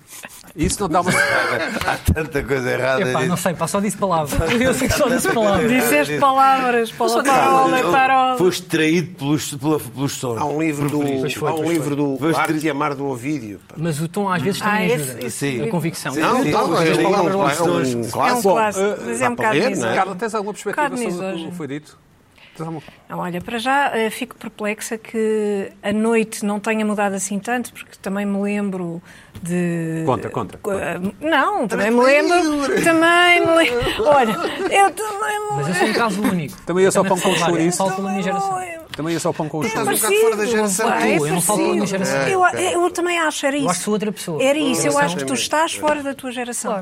Speaker 1: e isso não dá uma.
Speaker 4: Há tanta coisa errada.
Speaker 5: Epá, não
Speaker 4: nisso.
Speaker 5: sei, pá, só disse palavras. Eu sei que só disse palavras.
Speaker 3: Disseste palavras, palavra,
Speaker 4: Eu-
Speaker 3: parola, parola.
Speaker 4: Foste traído pelos, pela- pelos sons.
Speaker 2: Há um livro do, há um livro
Speaker 4: Vamos
Speaker 2: do Arte
Speaker 4: ter-
Speaker 2: e Amar do Ovídio. pá.
Speaker 5: Mas o tom às vezes também
Speaker 3: Ah, esse-
Speaker 5: ajuda.
Speaker 3: esse- Sim.
Speaker 5: A convicção.
Speaker 4: Sim.
Speaker 2: Não, não,
Speaker 4: mas
Speaker 2: é
Speaker 4: as
Speaker 2: um-
Speaker 3: É
Speaker 2: é um
Speaker 4: palavras são-
Speaker 3: um
Speaker 2: clássico.
Speaker 3: clássico, mas
Speaker 2: eh, dá
Speaker 3: é um
Speaker 2: para
Speaker 3: bocado
Speaker 2: ler,
Speaker 3: nisso.
Speaker 2: não é?
Speaker 1: Carlos, tens alguma perspectiva
Speaker 3: Bocado
Speaker 1: sobre o que
Speaker 3: misógino.
Speaker 1: foi dito?
Speaker 3: Não, olha, para já eh, fico perplexa que a noite não tenha mudado assim tanto, porque também me lembro de.
Speaker 1: Conta, conta,
Speaker 3: Co- eh, Não, também me lembro. Também me lembro. Olha, eu também me
Speaker 5: Mas eu
Speaker 3: lembro.
Speaker 5: sou um caso único.
Speaker 1: Também eu só
Speaker 5: Também
Speaker 1: pão com
Speaker 5: falo várias,
Speaker 1: chouriço.
Speaker 5: Falo pela minha geração.
Speaker 3: Também me lembro.
Speaker 1: Também eu só pão com os
Speaker 3: É
Speaker 1: chouriço.
Speaker 2: um bocado fora da
Speaker 3: parecido,
Speaker 2: geração.
Speaker 3: pá, é
Speaker 5: Tu, eu não falo da minha
Speaker 3: parecido.
Speaker 5: geração.
Speaker 3: Eu, eu também acho, era
Speaker 5: Eu
Speaker 3: isso.
Speaker 5: acho que sou outra pessoa.
Speaker 3: Era isso, eu
Speaker 5: Geração.
Speaker 3: acho que tu estás fora da tua geração.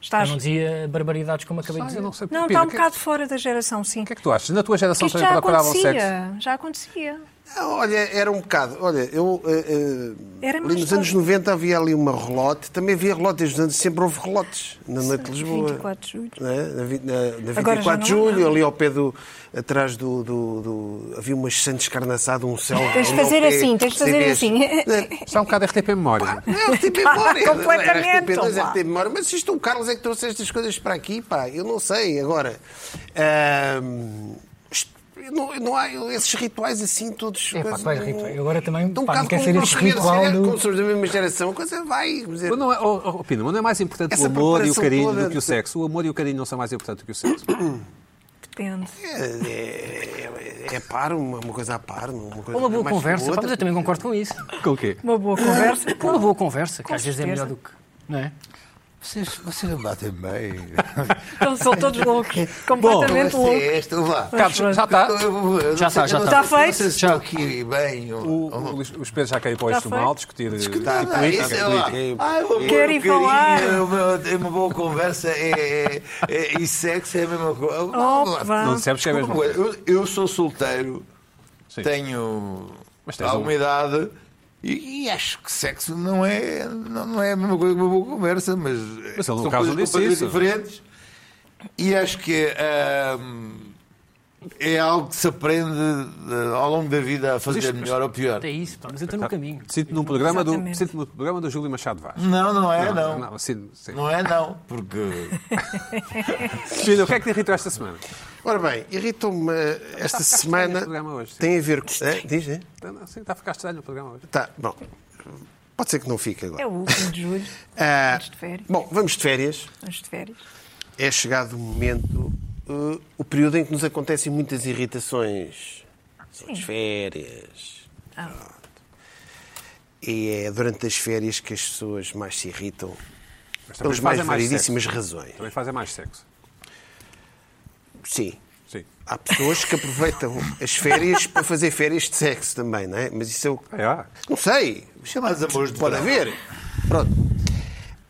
Speaker 5: Eu
Speaker 3: Estás.
Speaker 5: não dizia barbaridades como acabei de
Speaker 1: Ah,
Speaker 5: dizer.
Speaker 1: eu não sei
Speaker 3: Não,
Speaker 1: Pina,
Speaker 3: está um
Speaker 1: que-
Speaker 3: bocado fora da geração, sim.
Speaker 1: O que é que tu achas? Na tua geração
Speaker 3: isto
Speaker 1: também
Speaker 3: já
Speaker 1: procuravam sexo?
Speaker 3: acontecia, já acontecia.
Speaker 2: Ah, Olha, era um bocado. Olha, eu. eh, eh,
Speaker 3: Era
Speaker 2: ali
Speaker 3: mais
Speaker 2: nos
Speaker 3: tarde.
Speaker 2: anos 90 havia ali uma relote. Também havia relote desde os anos. Sempre houve relotes na noite de Lisboa.
Speaker 3: 24 de julho.
Speaker 2: Né? Na, vi- na, na
Speaker 3: Agora
Speaker 2: 24
Speaker 3: já não
Speaker 2: de
Speaker 3: há
Speaker 2: julho,
Speaker 3: nada.
Speaker 2: ali ao pé do. Atrás do. do- do- havia umas Santos Carnaçada, um céu.
Speaker 3: Tens de
Speaker 2: ali ao
Speaker 3: fazer
Speaker 2: pé,
Speaker 3: assim, tens de fazer
Speaker 2: CDs.
Speaker 3: assim.
Speaker 1: Está um bocado RTP memória.
Speaker 2: Não, tem memória.
Speaker 3: Pá,
Speaker 2: Não era RTP2,
Speaker 3: completamente,
Speaker 2: RTP memória. Mas isto o Carlos é que trouxe estas coisas para aqui, pá. Eu não sei. Agora. ahm, isto- não, não há esses rituais assim todos.
Speaker 5: É, pá,
Speaker 2: coisa-
Speaker 5: vai, ritual. Eu agora também,
Speaker 2: Então, um
Speaker 5: pá, não
Speaker 2: bocado
Speaker 5: quer
Speaker 2: como
Speaker 5: ser
Speaker 2: nós
Speaker 5: este
Speaker 2: somos-
Speaker 5: ritual do-
Speaker 2: como somos um da mesma geração, a coisa vai. quer dizer,
Speaker 1: Mas não é, oh, oh, Pina, mas não é mais importante
Speaker 2: Essa
Speaker 1: o amor e o
Speaker 2: preparação
Speaker 1: carinho
Speaker 2: toda-
Speaker 1: do que o sexo. O amor e o carinho não são mais importantes do que o sexo.
Speaker 3: Depende.
Speaker 2: é, é, é par, uma, uma coisa a par. Uma, coisa
Speaker 5: Uma boa
Speaker 2: mais que
Speaker 5: conversa. Pá,
Speaker 2: outra.
Speaker 5: mas eu também concordo com isso.
Speaker 1: Com o quê?
Speaker 3: Uma boa conversa.
Speaker 5: Com uma boa conversa, que
Speaker 3: Com
Speaker 5: às vezes é melhor
Speaker 3: certeza.
Speaker 5: do que. Não é?
Speaker 4: Vocês, vocês não batem bem.
Speaker 3: Então são todos loucos. Completamente
Speaker 4: Não é
Speaker 3: loucos.
Speaker 4: sexto, vá.
Speaker 1: Carlos, já tá. está.
Speaker 4: Eu- eu-
Speaker 5: Ah, Já
Speaker 4: eu não
Speaker 5: está,
Speaker 4: sei-
Speaker 5: já
Speaker 4: eu não sei- eu
Speaker 5: está.
Speaker 4: não
Speaker 3: Está
Speaker 4: sei se estou aqui bem. ou-
Speaker 1: O, o, Luís- o Pedro já caiu para o
Speaker 3: Já
Speaker 1: instrumental
Speaker 3: foi.
Speaker 1: discutir,
Speaker 4: Tá,
Speaker 1: discutir
Speaker 4: tá, isso é
Speaker 1: política.
Speaker 4: lá.
Speaker 1: política.
Speaker 4: Ai, o amor,
Speaker 3: Quero ir
Speaker 4: um o carinho,
Speaker 3: falar.
Speaker 4: é uma- é uma boa conversa é- é- é- e sexo é a mesma coisa.
Speaker 3: Opa.
Speaker 1: Não dissemos que é mesmo.
Speaker 4: Eu, eu sou solteiro,
Speaker 1: Sim.
Speaker 4: tenho
Speaker 1: Mas tens
Speaker 4: alguma
Speaker 1: um-
Speaker 4: idade e, e acho que sexo não é, não, não é a mesma coisa que uma boa conversa, mas,
Speaker 1: Mas ele, no
Speaker 4: são
Speaker 1: caso,
Speaker 4: coisas
Speaker 1: disse
Speaker 4: completamente
Speaker 1: isso.
Speaker 4: diferentes. E acho que ahm, é algo que se aprende eh, ao longo da vida a fazer melhor ou pior.
Speaker 5: É isso, pá, mas eu estou no caminho.
Speaker 1: Sinto num programa do,
Speaker 3: Exatamente.
Speaker 1: sinto no programa do Júlio Machado Vaz.
Speaker 4: Não, não é, não. Não,
Speaker 1: Não, sinto- sim.
Speaker 4: é, não. Porque.
Speaker 1: Pina, o que é que te irritou esta semana?
Speaker 2: Ora bem, irritou-me eh, esta semana.
Speaker 1: este programa hoje, sim.
Speaker 2: Tem a ver com. É, diz, é?
Speaker 1: Não, não, sim, está a ficar estranho o programa hoje.
Speaker 2: Tá, bom. Pode ser que não fique agora.
Speaker 3: É o último de julho.
Speaker 2: Ah,
Speaker 3: Antes de férias.
Speaker 2: Bom, vamos de férias.
Speaker 3: Antes de férias.
Speaker 2: É chegado o momento, eh, o período em que nos acontecem muitas irritações. São as férias.
Speaker 3: Ah,
Speaker 2: E é durante as férias que as pessoas mais se irritam.
Speaker 1: Então, Mas também
Speaker 2: Pelas mais
Speaker 1: fazem mais
Speaker 2: variedíssimas razões.
Speaker 1: Também fazem mais sexo.
Speaker 2: Sim.
Speaker 1: Sim.
Speaker 2: Há pessoas que aproveitam as férias para fazer férias de sexo também, não é? Mas isso é o
Speaker 1: É, ah.
Speaker 2: Não sei.
Speaker 1: é
Speaker 4: Chamados amores de
Speaker 2: Pode
Speaker 4: verão.
Speaker 2: haver. Pronto.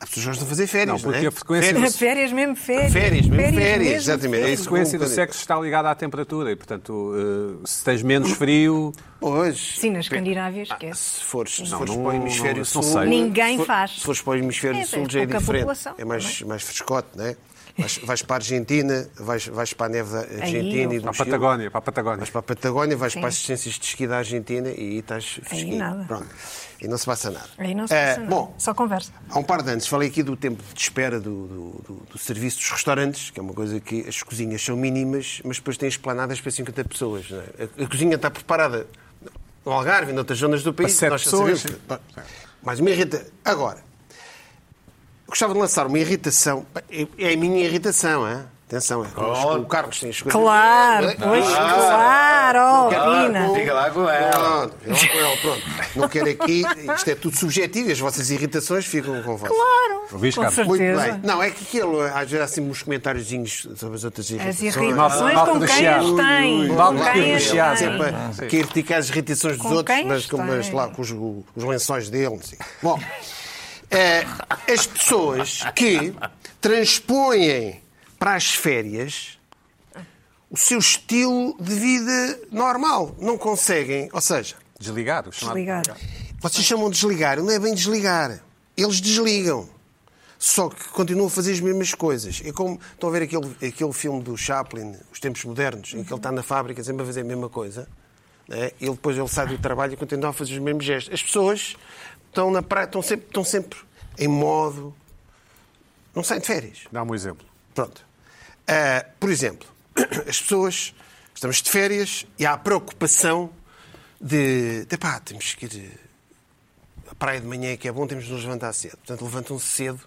Speaker 2: Há pessoas que gostam de fazer
Speaker 1: Não,
Speaker 2: férias, não,
Speaker 1: porque
Speaker 2: é?
Speaker 1: a frequência do
Speaker 2: Férias.
Speaker 3: férias mesmo, férias.
Speaker 2: Férias, mesmo férias,
Speaker 3: mesmo,
Speaker 2: exatamente. É
Speaker 1: A
Speaker 2: isso.
Speaker 1: frequência do sexo está ligada à temperatura e, portanto, eh, se tens
Speaker 2: Uh,
Speaker 1: menos frio,
Speaker 2: Pois.
Speaker 3: Sim, na Escandinávia, esquece.
Speaker 2: Se fores, se
Speaker 1: Não,
Speaker 2: fores
Speaker 1: não-
Speaker 2: para o hemisfério
Speaker 1: não
Speaker 2: sul,
Speaker 1: sei.
Speaker 3: Ninguém
Speaker 2: se for-
Speaker 3: faz.
Speaker 2: Se fores para o hemisfério
Speaker 3: É,
Speaker 2: sul
Speaker 3: tem
Speaker 2: já é
Speaker 3: pouca
Speaker 2: diferente.
Speaker 3: população,
Speaker 2: é mais, mais frescote, não é? Vais, vais para a Argentina, vais, vais para a neve da Argentina
Speaker 3: não.
Speaker 2: e do
Speaker 1: para a
Speaker 2: Chile.
Speaker 1: Patagónia, para a Patagónia.
Speaker 2: Vais para a Patagónia, vais
Speaker 3: Sim.
Speaker 2: para as assistências de esqui da Argentina e aí estás fresquinho.
Speaker 3: nada.
Speaker 2: Pronto. E não se passa nada.
Speaker 3: Aí não se
Speaker 2: Eh,
Speaker 3: passa nada.
Speaker 2: Bom,
Speaker 3: Só conversa.
Speaker 2: Há um par de anos falei aqui do tempo de espera do, do- do- do serviço dos restaurantes, que é uma coisa que as cozinhas são mínimas, mas depois têm esplanadas para 50 pessoas. não é? a, a cozinha está preparada no Algarve e noutras zonas do país.
Speaker 1: sete
Speaker 2: já
Speaker 1: pessoas,
Speaker 2: sabemos
Speaker 1: sim.
Speaker 2: que- Mas uma irrita. Agora, eu gostava de lançar uma irritação. É- É a minha irritação, é? Atenção, é. como os-
Speaker 4: Oh.
Speaker 2: O Carlos tem as coisas.
Speaker 3: Claro,
Speaker 2: Não é?
Speaker 3: pois, claro, oh, Pina.
Speaker 4: Fica lá com ela.
Speaker 2: Pronto, é lá com ela, pronto. Não quero aqui, isto é tudo subjetivo e as vossas irritações ficam com vocês.
Speaker 3: Claro.
Speaker 1: Ouviste,
Speaker 3: com
Speaker 1: Carlos?
Speaker 2: Muito
Speaker 3: certeza.
Speaker 2: bem. Não, é que aquilo, às vezes há assim uns comentáriozinhos sobre as outras
Speaker 3: As
Speaker 2: irritações.
Speaker 3: irritações
Speaker 1: Malta
Speaker 3: com
Speaker 1: do
Speaker 3: quem
Speaker 1: Chiado.
Speaker 3: as tem.
Speaker 1: Malta
Speaker 3: Com
Speaker 1: do
Speaker 3: quem as
Speaker 1: Chiado.
Speaker 2: Que é
Speaker 3: tem.
Speaker 2: para criticar as irritações dos
Speaker 3: Com
Speaker 2: outros,
Speaker 3: quem
Speaker 2: mas com,
Speaker 3: está,
Speaker 2: mas,
Speaker 3: é.
Speaker 2: lá, com os, os lençóis dele. não sei. Bom, eh, as pessoas que transpõem para as férias o seu estilo de vida normal. Não conseguem, ou seja,
Speaker 1: Desligar, o chamado.
Speaker 3: Desligado.
Speaker 2: vocês chamam de desligar, não é bem desligar. Eles desligam. Só que continuam a fazer as mesmas coisas. É como estão a ver aquele, aquele filme do Chaplin, Os Tempos Modernos, em que ele está na fábrica sempre a fazer a mesma coisa. Né? Ele depois ele sai do trabalho e continua a fazer os mesmos gestos. As pessoas estão na praia, estão sempre, estão sempre em modo. Não saem de férias.
Speaker 1: Dá-me um exemplo.
Speaker 2: Pronto. Ah, por exemplo, as pessoas, estamos de férias e há a preocupação de, de pá, temos que ir à praia de manhã que é bom, temos de nos levantar cedo. Portanto, levantam-se cedo,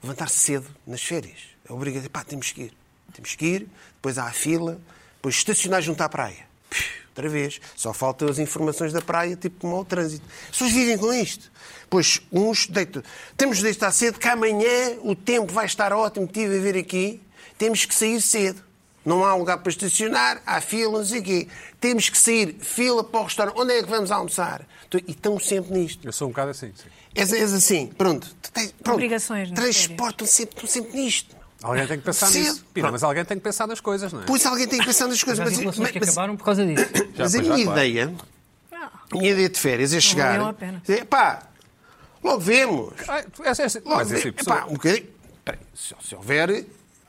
Speaker 2: levantar cedo nas férias. É obrigatório, pá, temos que ir. Temos que ir, depois há a fila, Depois estacionar junto à praia. Piu, Outra vez. Só faltam as informações da praia, tipo como ao trânsito. As pessoas vivem com isto. Pois uns deitam. Temos de estar cedo, que amanhã o tempo vai estar ótimo, estive a ver aqui. Temos que sair cedo. Não há lugar para estacionar, há fila, não sei o quê. Temos que sair, fila para o restaurante. Onde é que vamos almoçar? Então, E estão sempre nisto.
Speaker 1: Eu sou um bocado assim. Sim.
Speaker 2: És, és assim, pronto. Tu tens- pronto.
Speaker 3: Obrigações, não é?
Speaker 2: Transportam sempre, estão sempre nisto.
Speaker 1: Alguém tem que pensar
Speaker 2: Cedo.
Speaker 1: nisso. Pina, mas alguém tem que pensar nas coisas, não é?
Speaker 2: Pois alguém tem que pensar nas coisas.
Speaker 5: Mas,
Speaker 2: Mas,
Speaker 5: as
Speaker 2: mas,
Speaker 5: relações que
Speaker 2: mas-
Speaker 5: acabaram por causa disso.
Speaker 2: mas
Speaker 1: Já,
Speaker 2: a
Speaker 1: pois, já,
Speaker 2: minha
Speaker 1: claro.
Speaker 2: ideia,
Speaker 3: Não.
Speaker 2: a minha ideia de férias é chegar.
Speaker 3: valeu a pena.
Speaker 2: dizer, pá, logo vemos.
Speaker 1: Ah, tu és- és-
Speaker 2: Logo
Speaker 1: mas esse tipo
Speaker 2: vemos.
Speaker 1: pessoa-
Speaker 2: Epá, um bocadinho. Espera aí, Se, se houver,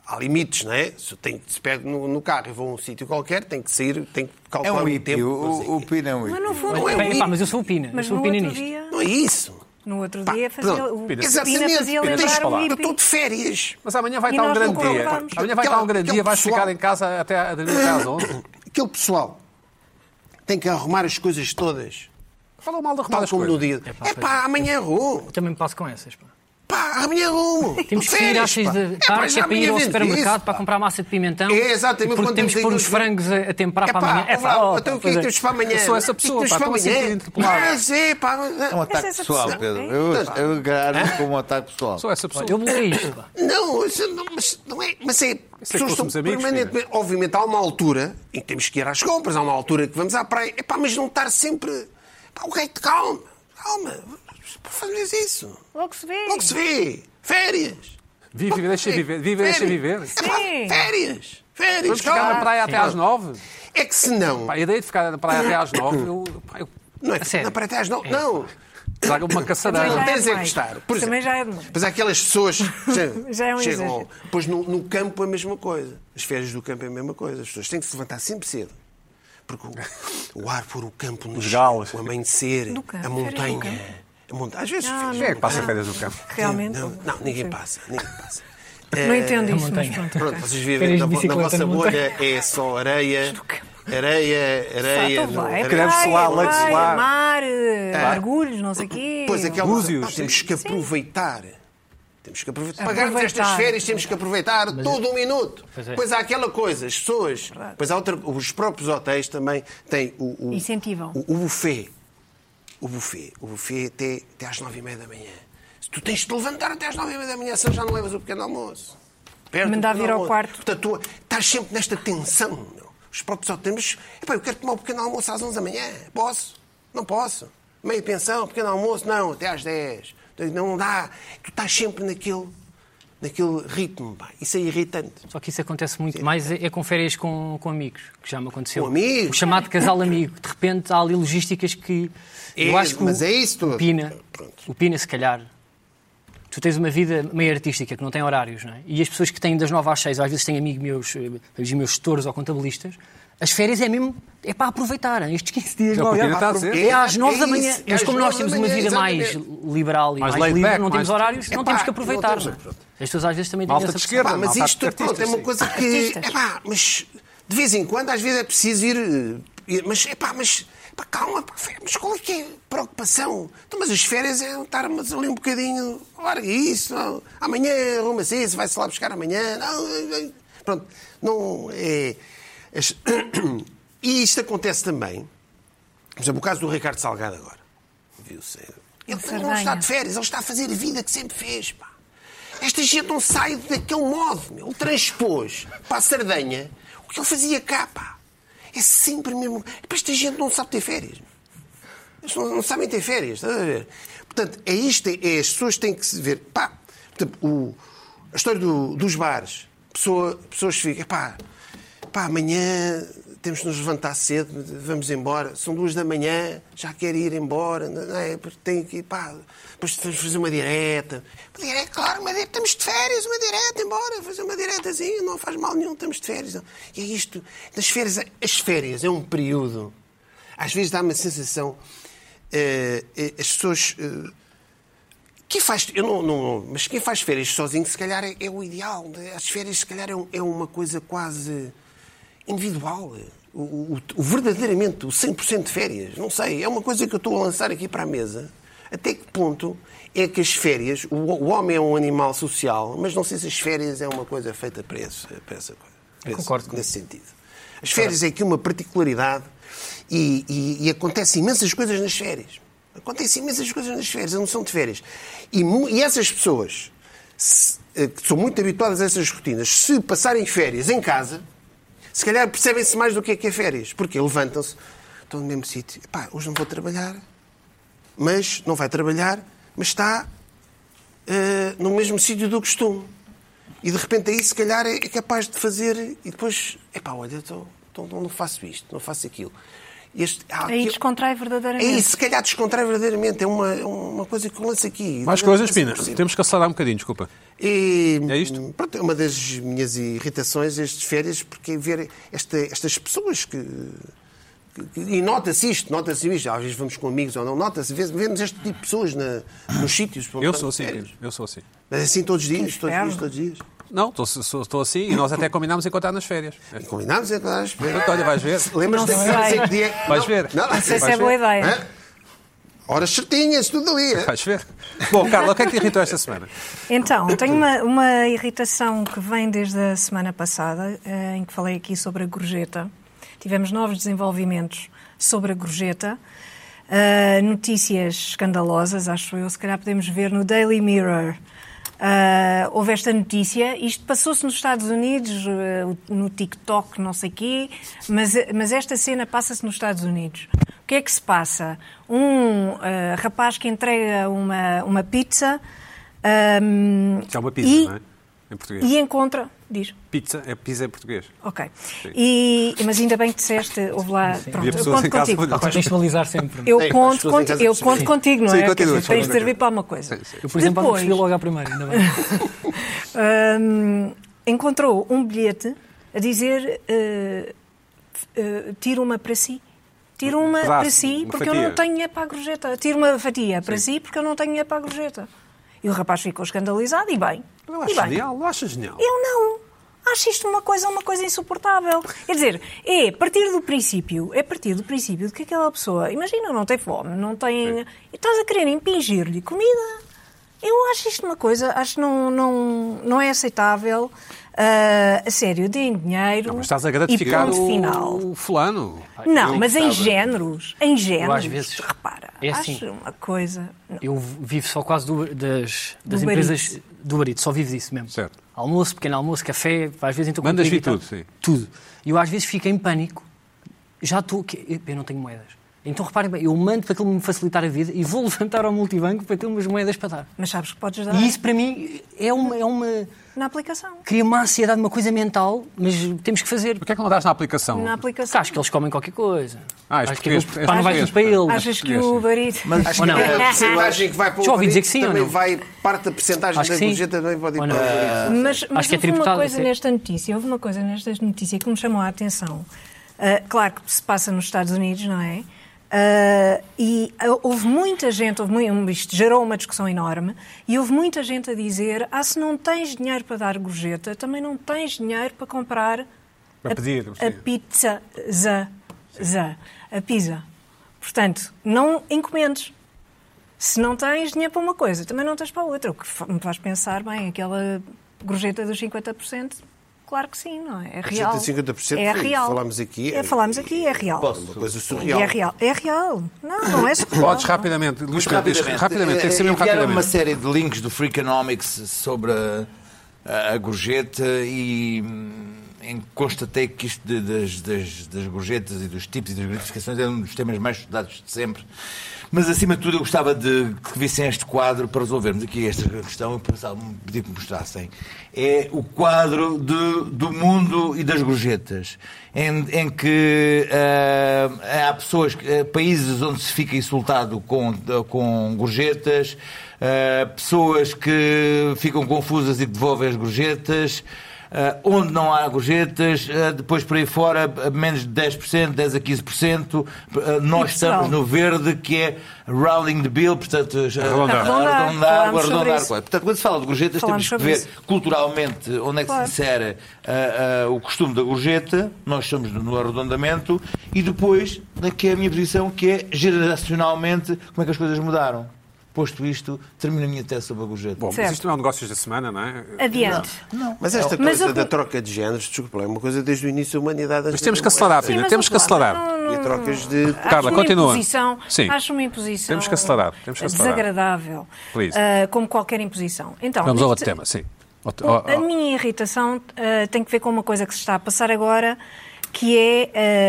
Speaker 2: há limites, não é? Se, eu tenho, se pego no, no carro e vou a um sítio qualquer, tenho que sair, tenho que
Speaker 4: É
Speaker 2: calcular
Speaker 4: um
Speaker 2: o tempo.
Speaker 4: hippie,
Speaker 2: não
Speaker 1: assim
Speaker 2: sei
Speaker 4: o, o
Speaker 2: quê.
Speaker 4: Pino é um
Speaker 3: Mas
Speaker 4: hippie.
Speaker 3: no fundo,
Speaker 2: Não é
Speaker 5: Bem,
Speaker 2: bonito.
Speaker 5: epá, mas eu sou o Pina.
Speaker 3: mas
Speaker 5: eu sou
Speaker 3: no
Speaker 5: o Pina
Speaker 3: outro
Speaker 5: nisto.
Speaker 3: dia,
Speaker 2: Não é isso.
Speaker 3: no outro dia
Speaker 2: Pá,
Speaker 3: fazia
Speaker 2: pronto.
Speaker 3: o
Speaker 1: Pina,
Speaker 3: Pina
Speaker 2: Exatamente.
Speaker 3: fazia
Speaker 2: Eu tenho-
Speaker 3: lembrar um o
Speaker 2: Eu estou
Speaker 3: hippie.
Speaker 2: de férias.
Speaker 1: Mas amanhã vai
Speaker 3: E
Speaker 1: estar um
Speaker 3: nós
Speaker 1: grande
Speaker 3: não
Speaker 1: dia.
Speaker 3: colocámos.
Speaker 1: Amanhã vai estar um grande
Speaker 2: Aquele
Speaker 1: dia, vais
Speaker 2: pessoal-
Speaker 1: ficar em casa até a dormir até às 11.
Speaker 2: Aquele pessoal tem que arrumar as coisas todas.
Speaker 1: Fala mal de arrumar
Speaker 2: Tal
Speaker 1: as
Speaker 2: como
Speaker 1: coisas.
Speaker 2: no dia. É pá, amanhã arrumo.
Speaker 5: Eu Também me passo com essas. Pá.
Speaker 2: Pá, amanhã é arrumo.
Speaker 5: Temos que sair
Speaker 2: Férias,
Speaker 5: às 6
Speaker 2: pá.
Speaker 5: da
Speaker 2: pá,
Speaker 5: tarde que
Speaker 2: já
Speaker 5: é para ir ao
Speaker 2: amanhã vende
Speaker 5: supermercado
Speaker 2: isso,
Speaker 5: para
Speaker 2: pá.
Speaker 5: comprar massa de pimentão.
Speaker 2: É, exatamente,
Speaker 5: Porque
Speaker 2: quando
Speaker 5: temos que
Speaker 2: temos
Speaker 5: pôr
Speaker 2: aí
Speaker 5: os
Speaker 2: dois-
Speaker 5: frangos a, a temperar
Speaker 2: É
Speaker 5: para amanhã.
Speaker 2: pá,
Speaker 5: É pá, ó,
Speaker 2: então o que é que
Speaker 5: fazer-
Speaker 2: temos para amanhã?
Speaker 1: Eu sou essa
Speaker 2: O que é que
Speaker 1: pessoa,
Speaker 2: temos
Speaker 1: pá,
Speaker 2: para
Speaker 1: estou a sentir
Speaker 2: amanhã?
Speaker 1: interpelado.
Speaker 2: Mas é, pá.
Speaker 5: Então,
Speaker 4: É um ataque
Speaker 3: essa
Speaker 4: pessoal,
Speaker 3: pessoa, é? então,
Speaker 4: Pedro.
Speaker 3: hein?
Speaker 4: Eu, eu agarro como um ataque pessoal.
Speaker 1: Sou essa pessoa.
Speaker 5: Eu bloqueei isto. Pá.
Speaker 2: Não, isso não, mas não é. Mas é. As pessoas estão
Speaker 1: fôssemos amigos,
Speaker 2: permanentemente. Obviamente, há uma altura em que temos que ir às compras, há uma altura que vamos à praia. É pá, mas não estar sempre. Pá, o gajo, calma, calma. Fazes isso.
Speaker 3: Logo se vê.
Speaker 2: Logo se vê. Férias.
Speaker 1: Vive, deixa viver. Vive, deixa viver.
Speaker 2: Férias. É pá,
Speaker 3: Sim.
Speaker 2: Férias.
Speaker 1: Vamos
Speaker 2: Férias.
Speaker 1: ficar na
Speaker 2: calma.
Speaker 1: praia até às 9.
Speaker 2: É que se não.
Speaker 1: Pá, a ideia de ficar na praia até às 9, eu, pá, eu
Speaker 2: Não é
Speaker 5: A
Speaker 2: que
Speaker 5: sério?
Speaker 2: na praia até às não. Não.
Speaker 1: trago uma
Speaker 3: Também
Speaker 1: caçadeira.
Speaker 3: já
Speaker 2: Tens é
Speaker 3: demais.
Speaker 2: gostar. Por
Speaker 3: Também
Speaker 2: exemplo.
Speaker 3: já é demais.
Speaker 2: Mas há aquelas pessoas
Speaker 3: Já é um
Speaker 2: chegam
Speaker 3: exagero.
Speaker 2: ao, Pois no, no campo é a mesma coisa. As férias do campo é a mesma coisa. As pessoas têm que se levantar sempre cedo. Porque o, o ar por o campo nos
Speaker 1: galos.
Speaker 2: o amanhecer,
Speaker 3: Do campo, férias
Speaker 2: a
Speaker 3: do
Speaker 2: montanha.
Speaker 3: campo.
Speaker 2: A monta... Às vezes
Speaker 3: Ah,
Speaker 2: férias
Speaker 1: Quem é que
Speaker 2: do
Speaker 1: passa
Speaker 2: campo.
Speaker 1: férias no campo?
Speaker 3: Realmente.
Speaker 2: Não, não, ninguém
Speaker 3: Sim.
Speaker 2: passa, ninguém passa.
Speaker 3: Não entendo
Speaker 5: a
Speaker 3: isso, mas
Speaker 5: montanha.
Speaker 3: pronto.
Speaker 2: Pronto,
Speaker 3: ok.
Speaker 2: vocês vivem
Speaker 5: Férias
Speaker 2: na,
Speaker 5: de
Speaker 2: vo- na
Speaker 5: bicicleta
Speaker 2: vossa
Speaker 5: na montanha.
Speaker 2: bolha, é só areia,
Speaker 3: Do campo.
Speaker 2: areia, areia.
Speaker 3: Então
Speaker 2: não,
Speaker 3: vai,
Speaker 2: areia.
Speaker 1: Creme
Speaker 3: praia, é
Speaker 1: solar, leite
Speaker 3: praia,
Speaker 1: solar.
Speaker 3: mar, eh, mergulhos, não sei o quê.
Speaker 2: É. Pois é aquela
Speaker 1: Búzios.
Speaker 2: Pá, temos que aproveitar. Temos que aproveitar. Pagarmos
Speaker 3: É, Aproveitar.
Speaker 2: estas férias, temos que aproveitar todo um minuto.
Speaker 5: Pois é.
Speaker 2: Pois há aquela coisa, as pessoas. Pois há outra, os próprios hotéis também têm o, o,
Speaker 3: Incentivam.
Speaker 2: o, o buffet. O buffet. O buffet até, até às nove e meia da manhã. Se tu tens de te levantar até às nove e meia da manhã, senão já não levas o pequeno almoço. Perdes o
Speaker 3: Mandar
Speaker 2: pequeno
Speaker 3: vir ao
Speaker 2: almoço.
Speaker 3: quarto.
Speaker 2: Portanto, tu estás sempre nesta tensão. Meu. Os próprios hotéis. Epá, eu quero tomar o pequeno almoço às 11 da manhã. Posso? Não posso. Meia pensão, um pequeno almoço, não, até às 10. Não dá. Tu estás sempre naquele, naquele ritmo. Pá. Isso é irritante.
Speaker 5: Só que isso acontece muito mais é, é com férias com, com amigos, que já me aconteceu.
Speaker 2: Com amigos?
Speaker 5: O chamado casal amigo. De repente há ali logísticas que.
Speaker 2: É,
Speaker 5: eu acho que
Speaker 2: mas
Speaker 5: o,
Speaker 2: é isso tudo.
Speaker 5: o Pina,
Speaker 2: Pronto.
Speaker 5: o Pina, se calhar. Tu tens uma vida meio artística, que não tem horários, não é? E as pessoas que têm das 9 às 6, às vezes têm amigos meus, eh, os meus gestores ou contabilistas, as férias é mesmo, é para aproveitar, hein? estes 15 dias.
Speaker 1: Já
Speaker 5: não,
Speaker 1: o Pina
Speaker 5: é,
Speaker 1: está a dizer.
Speaker 5: é às 9 da
Speaker 2: É
Speaker 5: manhã.
Speaker 2: isso, é
Speaker 5: Mas
Speaker 2: às
Speaker 5: como nós
Speaker 2: nove da
Speaker 5: temos uma
Speaker 2: manhã,
Speaker 5: vida mais
Speaker 2: exatamente.
Speaker 5: liberal e
Speaker 1: Mais
Speaker 5: mais,
Speaker 1: laid
Speaker 5: livre,
Speaker 1: back,
Speaker 5: não temos
Speaker 1: mais-
Speaker 5: horários, não
Speaker 2: Epá,
Speaker 5: temos que
Speaker 2: não
Speaker 5: aproveitar.
Speaker 2: temos-
Speaker 5: não é? As pessoas às vezes também têm
Speaker 1: Malta
Speaker 5: essa
Speaker 1: de
Speaker 5: percepção.
Speaker 1: esquerda,
Speaker 2: Pá, mas
Speaker 1: malta
Speaker 2: isto
Speaker 1: artistas,
Speaker 2: pronto, é uma
Speaker 1: sim.
Speaker 2: coisa que.
Speaker 3: Artistas.
Speaker 2: É pá, mas de vez em quando, às vezes é preciso ir. eh, ir- Mas é pá, mas. pá, calma, pá, fé, mas qual é que é a preocupação? Então, mas as férias é estarmos ali um bocadinho. Larga isso, não, amanhã arruma-se isso, vai-se lá buscar amanhã. Não, eh, eh, pronto, não é. as- E isto acontece também. Por exemplo, o caso do Ricardo Salgado agora. Viu-se. Ele não
Speaker 3: Sardanha.
Speaker 2: está de férias, ele está a fazer a vida que sempre fez, pá. Esta gente não sai daquele modo, meu. Ele transpôs para a Sardanha o que ele fazia cá, pá. É sempre mesmo. Pá, Esta gente não sabe ter férias. meu. Eles não, não sabem ter férias, estás a ver? Portanto, é isto, é, as pessoas têm que se ver. Pá, portanto, o- a história do- dos bares. Pessoa, pessoas ficam, pá, pá, amanhã temos de nos levantar cedo, vamos embora. São duas da manhã, já quero ir embora, não não é? Porque tem que, pá, depois temos de fazer uma direta. Uma direta, claro, uma direta, estamos de férias, uma direta, embora, fazer uma diretazinha, não faz mal nenhum, estamos de férias. E é isto, das férias, as férias é um período às vezes dá-me a sensação. eh, eh, as pessoas. eh, quem faz. Eu não, não- mas quem faz férias sozinho, se calhar, é, é o ideal. As férias, se calhar, é, um- é uma coisa quase individual. O, o- o verdadeiramente, o 100% de férias. Não sei. É uma coisa que eu estou a lançar aqui para a mesa. Até que ponto é que as férias. O, o homem é um animal social, mas não sei se as férias é uma coisa feita para, esse- para essa coisa. para esse-
Speaker 5: concordo com
Speaker 2: Nesse sentido. As férias é aqui uma particularidade e, e, e acontecem imensas coisas nas férias. Acontecem imensas coisas nas férias, a noção de férias. E, mu- e essas pessoas, se- eh, que são muito habituadas a essas rotinas, se passarem férias em casa, se calhar percebem-se mais do que é que é férias. Porque levantam-se, estão no mesmo sítio. Epá, hoje não vou trabalhar, mas não vai trabalhar, mas está eh, no mesmo sítio do costume. E de repente aí, se calhar, é é capaz de fazer. E depois, epá, olha, então, então não faço isto, não faço aquilo. Este, há
Speaker 3: Aí
Speaker 2: aquilo-
Speaker 3: descontrai verdadeiramente.
Speaker 2: É isso, se calhar descontrai verdadeiramente. É uma, é uma coisa que eu lanço aqui.
Speaker 1: Mais
Speaker 2: Não é
Speaker 1: coisas, Pina.
Speaker 2: 100%.
Speaker 1: Temos que acelerar um bocadinho, desculpa.
Speaker 2: E,
Speaker 1: É isto?
Speaker 2: Pronto, é uma das minhas irritações estas férias, porque é ver esta- estas pessoas que. que- que- E nota-se isto, nota-se isto, às vezes vamos com amigos ou não, nota-se, vê- vemos este tipo de pessoas na- nos sítios.
Speaker 1: Eu sou
Speaker 3: É.
Speaker 1: assim,
Speaker 2: Férias.
Speaker 1: Pina, eu sou assim.
Speaker 2: Mas assim todos os dias, todos os
Speaker 3: inferno.
Speaker 2: dias, todos os dias.
Speaker 1: Não, estou- sou- estou assim e nós até combinámos encontrar nas férias.
Speaker 2: E combinámos, é claro.
Speaker 1: Portanto, olha, vais ver.
Speaker 2: Lembras-te
Speaker 3: Não
Speaker 2: de não
Speaker 3: sei.
Speaker 2: sei que dia.
Speaker 1: Então, Vais
Speaker 2: não,
Speaker 1: ver.
Speaker 2: Não,
Speaker 1: Não
Speaker 3: Não sei se
Speaker 1: Vais
Speaker 3: é boa
Speaker 1: ver?
Speaker 3: ideia.
Speaker 2: Hã? Horas certinhas, tudo ali. hã?
Speaker 1: Vais ver. Bom, Carla, o que é que te irritou esta semana?
Speaker 3: Então, tenho uma, uma irritação que vem desde a semana passada, eh, em que falei aqui sobre a gorjeta. Tivemos novos desenvolvimentos sobre a gorjeta. eh, notícias escandalosas, acho eu, se calhar podemos ver no Daily Mirror. eh, houve esta notícia, isto passou-se nos Estados Unidos, eh, o- no TikTok, não sei quê, mas, eh, mas esta cena passa-se nos Estados Unidos. O que é que se passa? Um eh, rapaz que entrega uma, uma pizza um,
Speaker 1: Isto é uma pizza,
Speaker 3: e,
Speaker 1: não é? Em português.
Speaker 3: E encontra, diz,
Speaker 1: Pizza é pizza em português.
Speaker 3: ok. E, mas ainda bem que disseste, houve lá, pronto,
Speaker 1: E
Speaker 3: eu
Speaker 1: há pessoas
Speaker 3: conto
Speaker 1: em casa
Speaker 3: contigo.
Speaker 1: que não-
Speaker 5: Contextualizar sempre.
Speaker 3: Eu
Speaker 2: Sim, as
Speaker 3: conto,
Speaker 2: pessoas em
Speaker 3: conti-
Speaker 2: casa
Speaker 3: eu
Speaker 2: percebem.
Speaker 3: conto contigo, não
Speaker 1: Sim,
Speaker 3: é? Quer
Speaker 1: continua,
Speaker 3: dizer, tens de
Speaker 1: continua.
Speaker 3: servir para uma coisa.
Speaker 5: Eu, por exemplo, não
Speaker 3: Depois,
Speaker 5: percebi logo à primeira, ainda bem.
Speaker 3: Hum, encontrou um bilhete a dizer eh, eh, tira uma para si. Tira uma
Speaker 1: Um pedaço,
Speaker 3: para si
Speaker 1: uma
Speaker 3: porque eu
Speaker 1: fatia.
Speaker 3: não tenho dinheiro para a gorjeta. Tira uma fatia para si porque eu não tenho dinheiro para a gorjeta. E o rapaz ficou escandalizado e bem.
Speaker 1: Eu
Speaker 3: e
Speaker 1: acho
Speaker 3: bem.
Speaker 1: genial, eu acho genial.
Speaker 3: Eu não. Acho isto uma coisa, uma coisa insuportável. Quer dizer, é partir do princípio, é partir do princípio de que aquela pessoa, imagina, não tem fome, não tem. E estás a querer impingir-lhe comida. Eu acho isto uma coisa, acho que não, não, não é aceitável. Ah, a sério, deem dinheiro.
Speaker 1: Não, mas estás a gratificar
Speaker 3: e ponto
Speaker 1: o,
Speaker 3: final.
Speaker 1: o fulano.
Speaker 3: Não, mas em géneros, em géneros,
Speaker 5: vezes-
Speaker 3: repara,
Speaker 5: é assim.
Speaker 3: acho uma coisa. não.
Speaker 5: Eu vivo só quase do- das, das
Speaker 3: Do Uber
Speaker 5: empresas
Speaker 3: Eats.
Speaker 5: do barito, só vivo disso mesmo.
Speaker 1: Certo.
Speaker 5: Almoço, pequeno almoço, café, às vezes então
Speaker 1: Mandas vir
Speaker 5: tudo,
Speaker 1: tudo, sim.
Speaker 5: Tudo. E eu às vezes fico em pânico. Já estou. que- Eu não tenho moedas. Então reparem bem, eu mando para aquilo me facilitar a vida e vou levantar ao multibanco para ter umas moedas para dar.
Speaker 3: Mas sabes que podes dar
Speaker 5: E isso para mim é uma. É uma
Speaker 3: na aplicação.
Speaker 5: cria uma ansiedade, uma coisa mental, mas temos que fazer.
Speaker 1: Porquê é que não dás na aplicação?
Speaker 3: Na
Speaker 5: Porque
Speaker 3: aplicação.
Speaker 5: acho que eles comem qualquer coisa.
Speaker 1: Ah, és
Speaker 5: acho que aquilo
Speaker 1: português, és
Speaker 5: pá, não vai tudo para
Speaker 1: português,
Speaker 5: eles.
Speaker 3: Achas que
Speaker 1: Yes.
Speaker 3: o barito.
Speaker 2: Acho
Speaker 5: Ou
Speaker 2: que é
Speaker 5: não?
Speaker 2: a porcentagem que vai para o
Speaker 5: Já ouvi dizer
Speaker 2: Uber
Speaker 5: que sim, ou
Speaker 2: também
Speaker 5: não?
Speaker 2: vai, parte da porcentagem
Speaker 5: Acho
Speaker 2: da
Speaker 5: que sim.
Speaker 2: gorjeta também pode ir
Speaker 5: Ou
Speaker 2: para o
Speaker 5: não?
Speaker 3: Mas,
Speaker 2: Uber.
Speaker 3: mas
Speaker 5: Acho que é
Speaker 3: houve uma
Speaker 5: tributado,
Speaker 3: coisa
Speaker 5: isso é.
Speaker 3: nesta notícia, houve uma coisa nesta notícia que me chamou a atenção. Ah, claro que se passa nos Estados Unidos, não é? Ah, e ah, houve muita gente, houve muito, isto gerou uma discussão enorme, e houve muita gente a dizer: ah, se não tens dinheiro para dar gorjeta, também não tens dinheiro para comprar
Speaker 1: Para
Speaker 3: a,
Speaker 1: pedir,
Speaker 3: a
Speaker 1: sim.
Speaker 3: pizza, za, za, a pizza. Portanto, não encomendes. Se não tens dinheiro para uma coisa, também não tens para outra. O que fa- me faz pensar, bem, aquela gorjeta dos 50%, claro que sim, não é? É real.
Speaker 2: Gorjeta de 50%
Speaker 3: é
Speaker 2: foi,
Speaker 3: real.
Speaker 2: falámos aqui,
Speaker 3: É,
Speaker 2: é-
Speaker 3: falámos aqui, é real.
Speaker 2: Uma coisa surreal.
Speaker 3: E é real. É real. Não, não é surreal.
Speaker 1: Podes rapidamente, Luís Pedro, diz-
Speaker 4: Rapidamente,
Speaker 1: rapidamente, tem que ser mesmo
Speaker 4: Enviaram uma
Speaker 1: rapidamente.
Speaker 4: série de links do Freakonomics sobre a, a- a gorjeta e hum, em- constatei que isto de- das, das- das gorjetas e dos tipos e das gratificações é um dos temas mais estudados de sempre. Mas, acima de tudo, eu gostava de que vissem este quadro para resolvermos aqui esta questão e pensava- hum, pedi que me mostrassem. É o quadro de- do mundo e das gorjetas, em, em que ah, há pessoas, que- eh, países onde se fica insultado com, com gorjetas, ah, pessoas que ficam confusas e que devolvem as gorjetas, ah, onde não há gorjetas, ah, depois por aí fora, a menos de 10%, 10% a 15%, ah, nós
Speaker 3: E
Speaker 4: estamos
Speaker 3: Portugal?
Speaker 4: no verde, que é rounding the bill, portanto, eh,
Speaker 1: Arredondar.
Speaker 4: arredondar,
Speaker 3: Falámos sobre
Speaker 4: arredondar.
Speaker 3: isso.
Speaker 4: Portanto, quando se fala de gorjetas,
Speaker 3: Falámos
Speaker 4: temos que
Speaker 3: sobre
Speaker 4: ver
Speaker 3: isso.
Speaker 4: culturalmente onde é que
Speaker 3: Claro.
Speaker 4: se insere ah, ah, o costume da gorjeta, nós estamos no arredondamento, e depois, na que é a minha posição, que é geracionalmente como é que as coisas mudaram. Posto isto, termino a minha tese sobre a gorjeta.
Speaker 1: Bom, mas
Speaker 3: Certo.
Speaker 1: isto não é um negócios da semana, não é?
Speaker 3: Adiante.
Speaker 4: não.
Speaker 2: Mas esta
Speaker 3: Mas
Speaker 2: coisa
Speaker 3: eu-
Speaker 2: da troca de géneros, desculpa, é uma coisa desde o início da humanidade.
Speaker 1: Mas temos que acelerar,
Speaker 3: Sim,
Speaker 1: filha,
Speaker 3: mas
Speaker 1: é um temos que
Speaker 3: vamos lá.
Speaker 1: acelerar.
Speaker 3: Não-
Speaker 2: E trocas de.
Speaker 3: Acho
Speaker 1: Carla,
Speaker 3: uma
Speaker 1: continua.
Speaker 3: Imposição,
Speaker 1: Sim.
Speaker 3: Acho uma imposição.
Speaker 1: Temos que acelerar, temos que acelerar.
Speaker 3: Desagradável.
Speaker 1: Please.
Speaker 3: ah, como qualquer imposição. Então,
Speaker 1: Vamos ao
Speaker 3: neste-
Speaker 1: outro tema, sim. Outro- ó-
Speaker 3: A
Speaker 1: ó-
Speaker 3: minha irritação ah, tem que ver com uma coisa que se está a passar agora, que é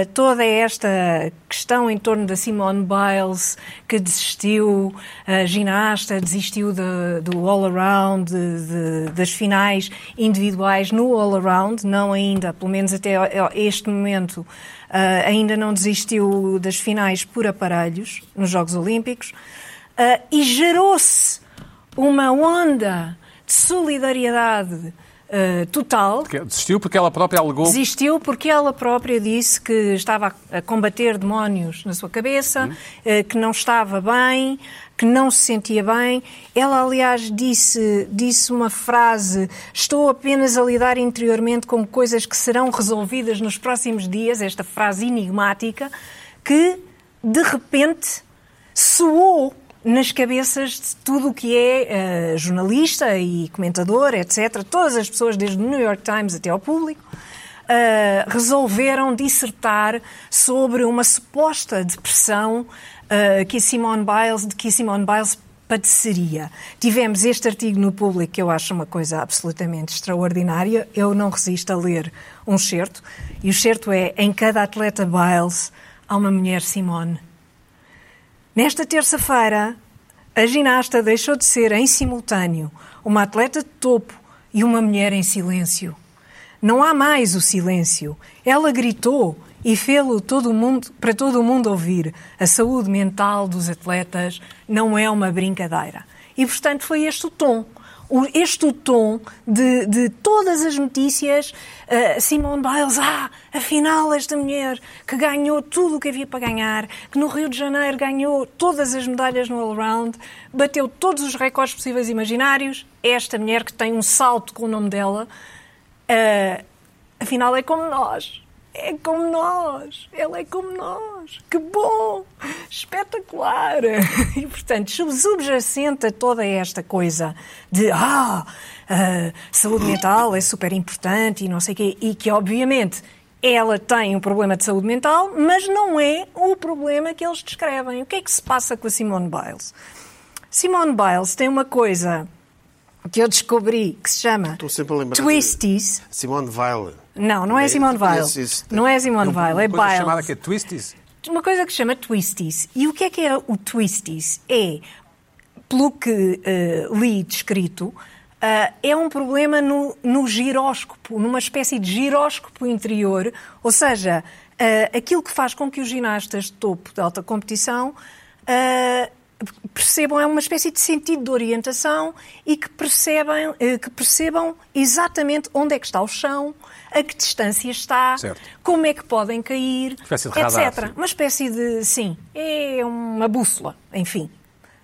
Speaker 3: ah, toda esta questão em torno da Simone Biles, que desistiu, ah, ginasta, desistiu da- do all-around, de- de- das finais individuais no all-around, não ainda, pelo menos até ao- ao- este momento, ah, ainda não desistiu das finais por aparelhos nos Jogos Olímpicos, Ah, e gerou-se uma onda de solidariedade eh, total.
Speaker 1: porque- Desistiu porque ela própria alegou.
Speaker 3: Desistiu porque ela própria disse que estava a a combater demónios na sua cabeça, eh, que não estava bem, que não se sentia bem. Ela, aliás, disse, disse uma frase: Estou apenas a lidar interiormente com coisas que serão resolvidas nos próximos dias. Esta frase enigmática que, de repente, soou nas cabeças de tudo o que é eh, jornalista e comentador, etc. Todas as pessoas, desde o New York Times até ao público, eh, resolveram dissertar sobre uma suposta depressão eh, que a Simone Biles, de que a Simone Biles padeceria. Tivemos este artigo no público que eu acho uma coisa absolutamente extraordinária. Eu não resisto a ler um certo. E o certo é: em cada atleta Biles há uma mulher Simone. Nesta terça-feira, a ginasta deixou de ser, em simultâneo, uma atleta de topo e uma mulher em silêncio. Não há mais o silêncio. Ela gritou e fê-lo todo o mundo- para todo o mundo ouvir. A saúde mental dos atletas não é uma brincadeira. E, portanto, foi este o tom o- este o tom de, de todas as notícias, eh, Simone Biles, ah, afinal esta mulher que ganhou tudo o que havia para ganhar, que no Rio de Janeiro ganhou todas as medalhas no all-round, bateu todos os recordes possíveis e imaginários, esta mulher que tem um salto com o nome dela, eh, afinal é como nós. É como nós, ela é como nós, que bom, espetacular. E portanto, sub- subjacente a toda esta coisa de ah, ah, saúde mental é super importante e não sei o quê, e que obviamente ela tem um problema de saúde mental, mas não é o problema que eles descrevem. O que é que se passa com a Simone Biles? Simone Biles tem uma coisa que eu descobri que se chama
Speaker 2: Estou sempre a lembrar.
Speaker 3: Twisties.
Speaker 2: Simone Weil.
Speaker 3: Não, não é
Speaker 2: Eu
Speaker 1: tipo
Speaker 3: Simone
Speaker 2: conheço
Speaker 3: Weil.
Speaker 2: isso.
Speaker 3: Não é Simone Weil, é
Speaker 1: Uma um coisa chamada
Speaker 3: Biles.
Speaker 1: que é Twisties.
Speaker 3: Uma coisa que se chama twisties. E o que é que é o twisties? É, pelo que eh, li descrito, ah, é um problema no, no giróscopo, numa espécie de giróscopo interior, ou seja, ah, aquilo que faz com que os ginastas de topo de alta competição ah, percebam é uma espécie de sentido de orientação e que percebam, eh, que percebam exatamente onde é que está o chão, a que distância está,
Speaker 1: Certo.
Speaker 3: como é que podem cair,
Speaker 1: Espécie de
Speaker 3: etc.
Speaker 1: radar, sim.
Speaker 3: Uma espécie de, sim, é uma bússola, enfim.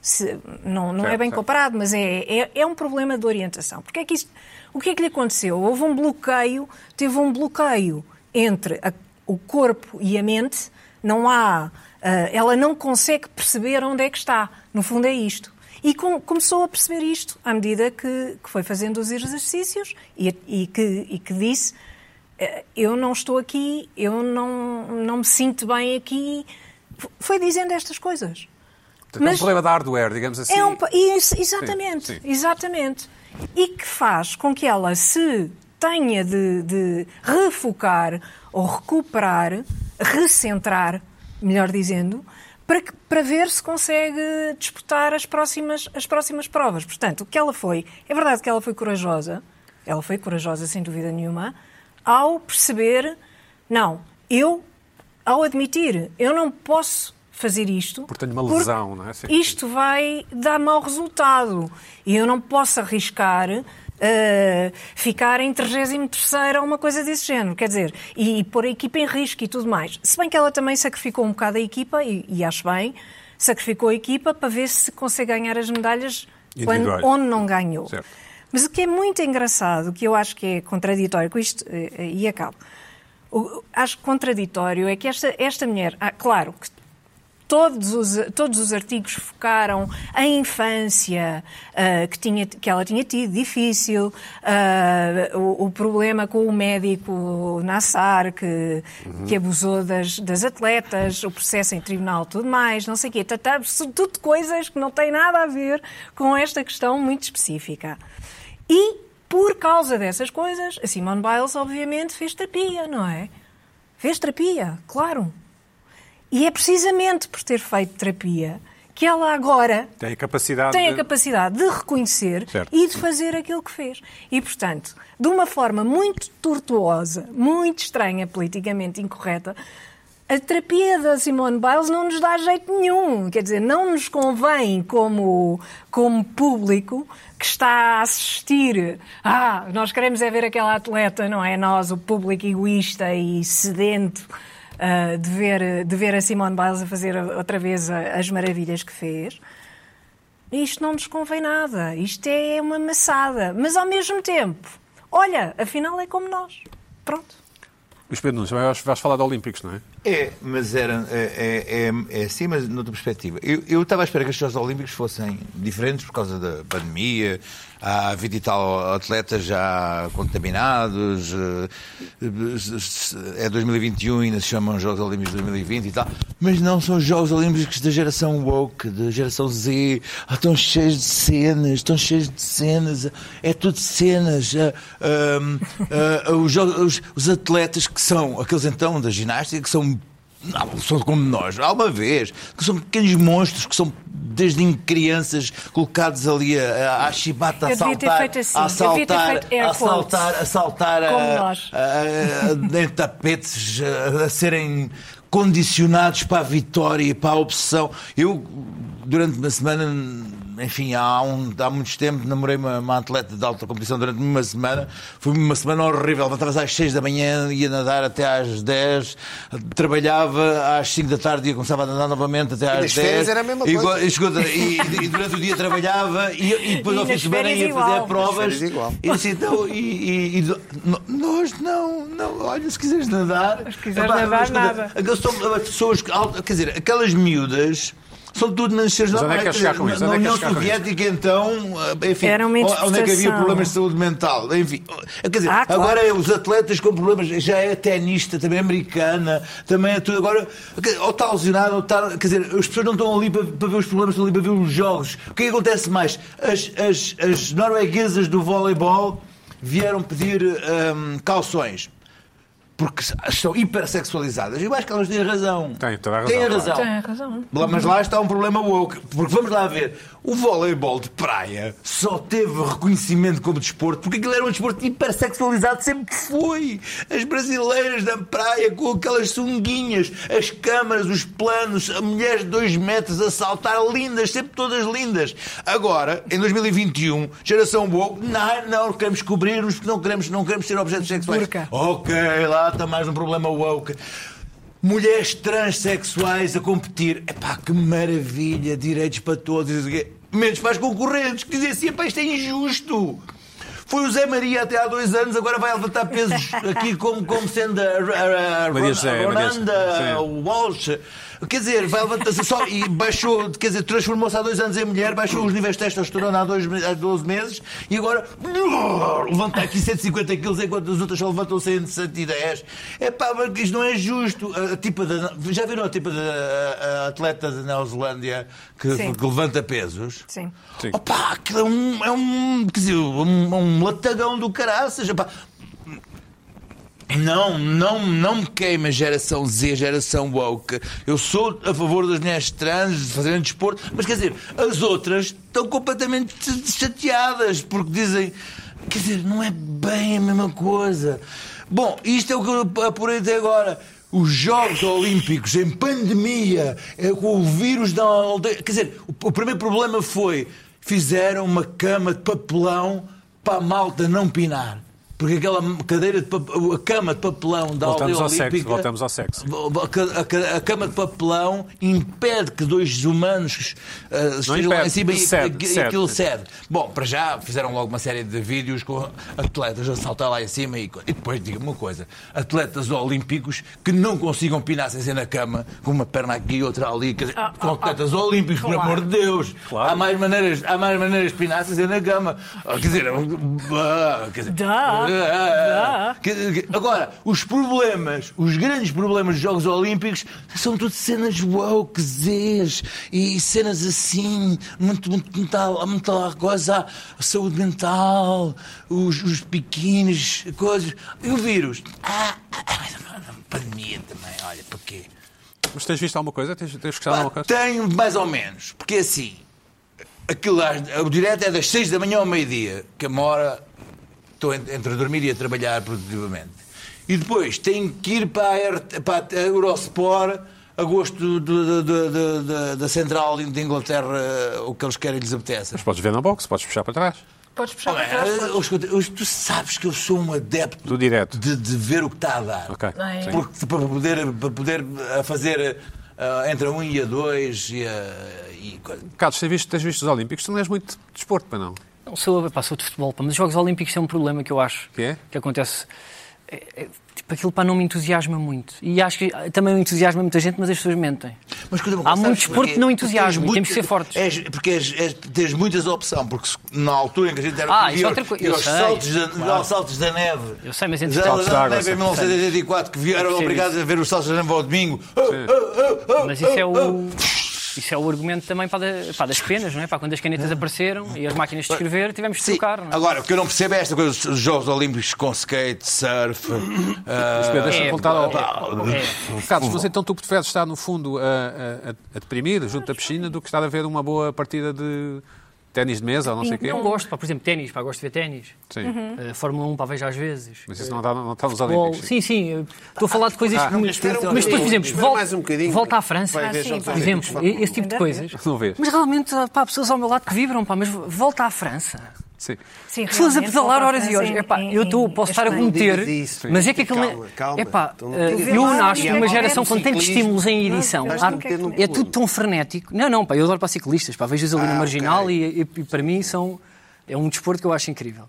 Speaker 3: Se- não não é
Speaker 1: Certo,
Speaker 3: bem
Speaker 1: certo.
Speaker 3: comparado, mas é, é, é um problema de orientação. Porque é que isto, o que é que lhe aconteceu? Houve um bloqueio, teve um bloqueio entre a- o corpo e a mente, não há, ah, ela não consegue perceber onde é que está. No fundo é isto. E com- começou a perceber isto à medida que, que foi fazendo os exercícios e, e que, e que disse eh, eu não estou aqui, eu não, não me sinto bem aqui. F- Foi dizendo estas coisas.
Speaker 1: Portanto, É um
Speaker 3: Mas-
Speaker 1: problema de hardware, digamos assim.
Speaker 3: É um, pa- isso, exatamente,
Speaker 1: sim.
Speaker 3: exatamente. E que faz com que ela se tenha de, de refocar ou recuperar, recentrar, melhor dizendo, para, que- para ver se consegue disputar as próximas, as próximas provas. Portanto, o que ela foi, é verdade que ela foi corajosa, ela foi corajosa sem dúvida nenhuma, ao perceber, não, eu, ao admitir, eu não posso fazer isto.
Speaker 1: Porque tenho uma
Speaker 3: porque
Speaker 1: lesão, não é? Sim.
Speaker 3: Isto isto vai dar mau resultado e eu não posso arriscar eh, ficar em 33 ou uma coisa desse género, quer dizer, e, e pôr a equipa em risco e tudo mais. Se bem que ela também sacrificou um bocado a equipa, e, e acho bem, sacrificou a equipa para ver se consegue ganhar as medalhas quando,
Speaker 1: Individuais.
Speaker 3: onde não ganhou.
Speaker 1: Certo.
Speaker 3: Mas o que é muito engraçado, que eu acho que é contraditório com isto, eh, eh, e acabo, O- acho contraditório é que esta, esta mulher, ah, claro, que todos os, todos os artigos focaram a infância ah, que, tinha, que ela tinha tido, difícil, ah, o, o problema com o médico Nassar, que, que abusou das, das atletas, o processo em tribunal, tudo mais, não sei o quê. Tata- Tudo coisas que não têm nada a ver com esta questão muito específica. E, por causa dessas coisas, a Simone Biles, obviamente, fez terapia, não é? Fez terapia, claro. E é precisamente por ter feito terapia que ela agora
Speaker 1: Tem a capacidade.
Speaker 3: tem a
Speaker 1: de-
Speaker 3: capacidade de reconhecer
Speaker 1: Certo.
Speaker 3: e de fazer aquilo que fez. E, portanto, de uma forma muito tortuosa, muito estranha, politicamente incorreta, a terapia da Simone Biles não nos dá jeito nenhum. Quer dizer, não nos convém, como, como público que está a assistir. Ah, nós queremos é ver aquela atleta, não é? Nós, o público egoísta e sedento. ah, de, ver, de ver a Simone Biles a fazer outra vez a- as maravilhas que fez. Isto não nos convém nada, isto é uma maçada. Mas ao mesmo tempo, olha, afinal é como nós. Pronto.
Speaker 1: Luís Pedro Nunes, também vais, vais falar de Olímpicos, não é?
Speaker 4: É, mas era, é, é, é, é assim, mas noutra perspectiva. Eu, eu estava à espera que os Jogos Olímpicos fossem diferentes por causa da pandemia, há 20 e tal atletas já contaminados, eh, é 2021 e ainda se chamam Jogos Olímpicos de 2020 e tal, mas não são os Jogos Olímpicos da geração woke, da geração Z, ah, estão cheios de cenas, estão cheios de cenas, é tudo cenas. ah, ah, ah, os, jo- os- os atletas que são, aqueles então da ginástica, que são, não, são como nós, há uma vez, que são pequenos monstros, que são desde crianças colocados ali a, a, à chibata, a
Speaker 3: Eu devia ter
Speaker 4: saltar,
Speaker 3: feito assim,
Speaker 4: a
Speaker 3: eu devia ter
Speaker 4: saltar,
Speaker 3: feito air
Speaker 4: a
Speaker 3: quotes.
Speaker 4: saltar, a saltar,
Speaker 3: Como
Speaker 4: a-
Speaker 3: nós.
Speaker 4: a- em tapetes, a, a serem condicionados para a vitória, e para a obsessão. Eu, durante uma semana, enfim, há, um- há muitos tempos, namorei uma, uma atleta de alta competição durante uma semana. Foi uma semana horrível. Levantava-se às 6 da manhã, ia nadar até às 10, trabalhava às 5 da tarde e começava a nadar novamente até às
Speaker 2: nas
Speaker 4: 10.
Speaker 2: férias era a mesma
Speaker 4: E
Speaker 2: coisa.
Speaker 4: go- e chegou- e- e- e durante o dia trabalhava e, e depois
Speaker 3: E
Speaker 4: ao fim
Speaker 3: nas
Speaker 4: de semana
Speaker 3: férias
Speaker 4: ia
Speaker 3: igual.
Speaker 4: fazer provas.
Speaker 2: férias igual.
Speaker 4: E assim, então, e, e- e do- no- nós não, não, olha, se quiseres nadar.
Speaker 3: Se quiseres
Speaker 4: Epá,
Speaker 3: nadar,
Speaker 4: mas, quer dizer,
Speaker 3: nada.
Speaker 4: aquelas são as pessoas, que alto- quer dizer, aquelas miúdas. São tudo nas seres
Speaker 1: Mas onde é que queres chegar com isso?
Speaker 4: Na
Speaker 1: Onde é que
Speaker 4: União
Speaker 1: queres chegar com isso?
Speaker 4: Soviética, então, enfim,
Speaker 3: Era uma
Speaker 4: onde é que havia
Speaker 3: interpretação.
Speaker 4: problemas de saúde mental? Enfim, eh, quer dizer,
Speaker 3: Ah, claro.
Speaker 4: agora é os atletas com problemas, já é tenista, também é americana, também é tudo. Agora, quer- ou está lesionado, ou está. Quer dizer, as pessoas não estão ali para, para ver os problemas, estão ali para ver os jogos. O que é que acontece mais? As, as, as norueguesas do voleibol vieram pedir hum, calções. Porque estão hipersexualizadas. Eu acho que elas têm razão.
Speaker 1: Têm toda a razão,
Speaker 4: Têm
Speaker 1: claro.
Speaker 4: razão.
Speaker 3: Tem razão.
Speaker 4: Lá- Mas lá está um problema woke, porque vamos lá ver, o voleibol de praia só teve reconhecimento como desporto porque aquilo era um desporto hipersexualizado, sempre que foi. As brasileiras na praia com aquelas sunguinhas, as câmaras, os planos, a mulheres de dois metros a saltar, lindas, sempre todas lindas. Agora, em 2021, geração woke, não, não queremos cobrir-nos porque não queremos, não queremos ser objetos sexuais.
Speaker 3: Burca.
Speaker 4: Ok, lá está mais um problema woke. Mulheres transexuais a competir. Epá, que maravilha, direitos para todos. e não sei o quê. Menos para as concorrentes, que dizem assim, epá, isto é injusto. Foi o Zé Maria até há dois anos, agora vai levantar pesos aqui como, como sendo a, a, a,
Speaker 1: Maria
Speaker 4: Ron-
Speaker 1: José, Maria José,
Speaker 4: Ronanda,
Speaker 1: sim.
Speaker 4: o Walsh. Quer dizer, vai levantar-se só e baixou, quer dizer, transformou-se há dois anos em mulher, baixou os níveis de testosterona há, dois, me- há 12 meses e agora levanta aqui 150 quilos enquanto as outras só levantam 100, 110. É pá, mas isto não é justo. A, a tipa da, já viram a tipo da a- a atleta da Neozelândia que,
Speaker 3: Sim.
Speaker 4: que levanta pesos?
Speaker 3: Sim.
Speaker 1: Sim.
Speaker 4: Opa, aquilo é um, é um, quer dizer, um, um latagão do caraças. Opá. Não, não, não me queima geração Z, geração woke. Eu sou a favor das mulheres trans, de fazerem desporto, mas quer dizer, as outras estão completamente chateadas porque dizem, quer dizer, não é bem a mesma coisa. Bom, isto é o que eu apurei até agora. Os Jogos Olímpicos em pandemia, é com o vírus da aldeia. Quer dizer, o- o primeiro problema foi fizeram uma cama de papelão para a malta não pinar. Porque aquela cadeira de pap... a cama de papelão da
Speaker 1: Voltamos
Speaker 4: aldeia
Speaker 1: ao sexo,
Speaker 4: olímpica-
Speaker 1: voltamos ao sexo.
Speaker 4: A ca- A, cama de papelão impede que dois humanos ah, estejam lá
Speaker 1: impede,
Speaker 4: em cima e,
Speaker 1: cede,
Speaker 4: e-
Speaker 1: cede.
Speaker 4: e aquilo cede. Bom, para já fizeram logo uma série de vídeos com atletas a saltar lá em cima e, co- e depois diga-me uma coisa: atletas olímpicos que não consigam pinar sem ser na cama, com uma perna aqui e outra ali, quer dizer, com atletas olímpicos, por amor de Deus. Há mais maneiras, há mais maneiras de pinar sem ser na cama. Ah, Quer dizer, ah, quer dizer,
Speaker 3: Dá.
Speaker 4: ah, que- que- Agora, os problemas, os grandes problemas dos Jogos Olímpicos são tudo cenas woke, zês e cenas assim, muito, muito, muito, à- muito à coisa, a saúde mental, os, os biquínis, coisas. E o vírus? Ah, ah, ah, pandemia também, olha, para quê?
Speaker 1: Mas tens visto alguma coisa? Tens, tens gostado de
Speaker 4: Pá,
Speaker 1: alguma coisa?
Speaker 4: tenho mais ou menos, porque assim, aquilo, às- o direto é das 6 da manhã ao meio-dia, que a uma hora estou en- entre a dormir e a trabalhar produtivamente. E depois tenho que ir para a, RT para a Eurosport a gosto do- do- do- do- do- da central de Inglaterra, o que eles querem lhes apeteça.
Speaker 1: Mas podes ver na box, podes puxar para trás.
Speaker 3: Podes puxar para trás.
Speaker 4: Olha, escuta, eu- tu sabes que eu sou um adepto
Speaker 1: Do direto.
Speaker 4: De, de ver o que está a dar.
Speaker 1: Ok.
Speaker 3: Ah, é.
Speaker 1: Sim.
Speaker 4: Porque para poder, para poder ah, fazer ah, entre a 1 e a 2 e a. E, coisa.
Speaker 1: Carlos, tens visto, tens visto os Olímpicos? Tu não és muito de desporto, para não?
Speaker 5: Não sou, pá, sou de futebol, pá, mas os Jogos Olímpicos têm um problema que eu acho
Speaker 1: Que é?
Speaker 5: acontece. É, é, tipo, aquilo pá, não me entusiasma muito. E acho que ah, também entusiasma muita gente, mas as pessoas mentem.
Speaker 4: Mas escuta uma
Speaker 5: Há
Speaker 4: coisa,
Speaker 5: muito
Speaker 4: sabes
Speaker 5: desporto
Speaker 4: porquê?
Speaker 5: que não
Speaker 4: Porque tens
Speaker 5: entusiasma e
Speaker 4: muito-
Speaker 5: temos que ser fortes.
Speaker 4: és- porque és- és- tens muitas opções, porque se- na altura em que a gente era
Speaker 5: Ah,
Speaker 4: pequeno,
Speaker 5: isso é outra coisa.
Speaker 4: e
Speaker 5: Eu
Speaker 4: aos
Speaker 5: sei,
Speaker 4: saltos, da,
Speaker 5: claro.
Speaker 4: aos saltos da neve.
Speaker 5: Eu sei, mas entre
Speaker 4: Os
Speaker 5: saltos
Speaker 1: de água,
Speaker 4: neve
Speaker 1: sei.
Speaker 4: em 1984, que vieram
Speaker 5: Sim.
Speaker 4: obrigados a ver os saltos da neve ao domingo.
Speaker 5: Mas isso é o. Isso é o argumento também pá, da- pá, das penas, não é? Pá, quando as canetas apareceram e as máquinas de escrever, tivemos de
Speaker 4: Sim.
Speaker 5: trocar. Não é?
Speaker 4: Agora, o que eu não percebo é esta coisa dos Jogos Olímpicos com skate, surf. ah,
Speaker 1: Espera, deixa-me
Speaker 5: é,
Speaker 1: voltar ao.
Speaker 5: é,
Speaker 1: Carlos, mas então tu preferes estar no fundo a, a- a- a deprimir, junto da piscina, do que estar a ver uma boa partida de ténis de mesa ou não sei o quê?
Speaker 5: Não gosto, pá, por exemplo, ténis, pá, gosto de ver ténis.
Speaker 1: Sim.
Speaker 3: Uhum.
Speaker 4: Hum?
Speaker 5: Ah, Fórmula 1, pá, vejo às vezes.
Speaker 1: Mas isso não está, não está nos
Speaker 5: Futebol.
Speaker 1: Olímpicos.
Speaker 5: Sim, sim, eu estou a falar de coisas que... Mas
Speaker 4: espera,
Speaker 5: depois, por exemplo,
Speaker 2: Ah, espera
Speaker 5: volta,
Speaker 2: mais um bocadinho.
Speaker 5: volta à França,
Speaker 2: Vai
Speaker 3: Ah,
Speaker 2: ver
Speaker 3: sim,
Speaker 2: jogos
Speaker 3: vai.
Speaker 5: por exemplo,
Speaker 2: olímpicos.
Speaker 5: esse tipo de coisas.
Speaker 1: Não vês?
Speaker 5: Mas realmente ah, pá, há pessoas ao meu lado que vibram, pá, mas volta à França.
Speaker 1: Sim.
Speaker 3: Sim,
Speaker 5: Pessoas a
Speaker 3: realmente,
Speaker 5: pedalar
Speaker 3: volta à
Speaker 5: horas e
Speaker 3: França
Speaker 5: horas.
Speaker 3: em-
Speaker 5: Epá,
Speaker 3: em-
Speaker 5: eu estou,
Speaker 3: em
Speaker 5: posso estar a
Speaker 3: Espanha.
Speaker 5: cometer,
Speaker 2: digas isso,
Speaker 5: mas é que aquilo...
Speaker 2: calma, calma.
Speaker 5: Epá,
Speaker 2: Tu não-
Speaker 5: eh,
Speaker 2: Tu
Speaker 3: vês
Speaker 5: eu
Speaker 3: lá,
Speaker 5: nasço
Speaker 3: não
Speaker 5: numa
Speaker 3: é?
Speaker 5: geração com tantos
Speaker 4: Ciclismo.
Speaker 5: estímulos em edição.
Speaker 3: Não,
Speaker 5: Há-
Speaker 2: não quero num
Speaker 5: É
Speaker 2: pulo.
Speaker 5: tudo tão frenético. Não, não, pá, eu adoro para ciclistas, pá, vejo-os ali
Speaker 2: Ah,
Speaker 5: no marginal
Speaker 2: ok.
Speaker 5: e, e- e para mim são... É um desporto que eu acho incrível.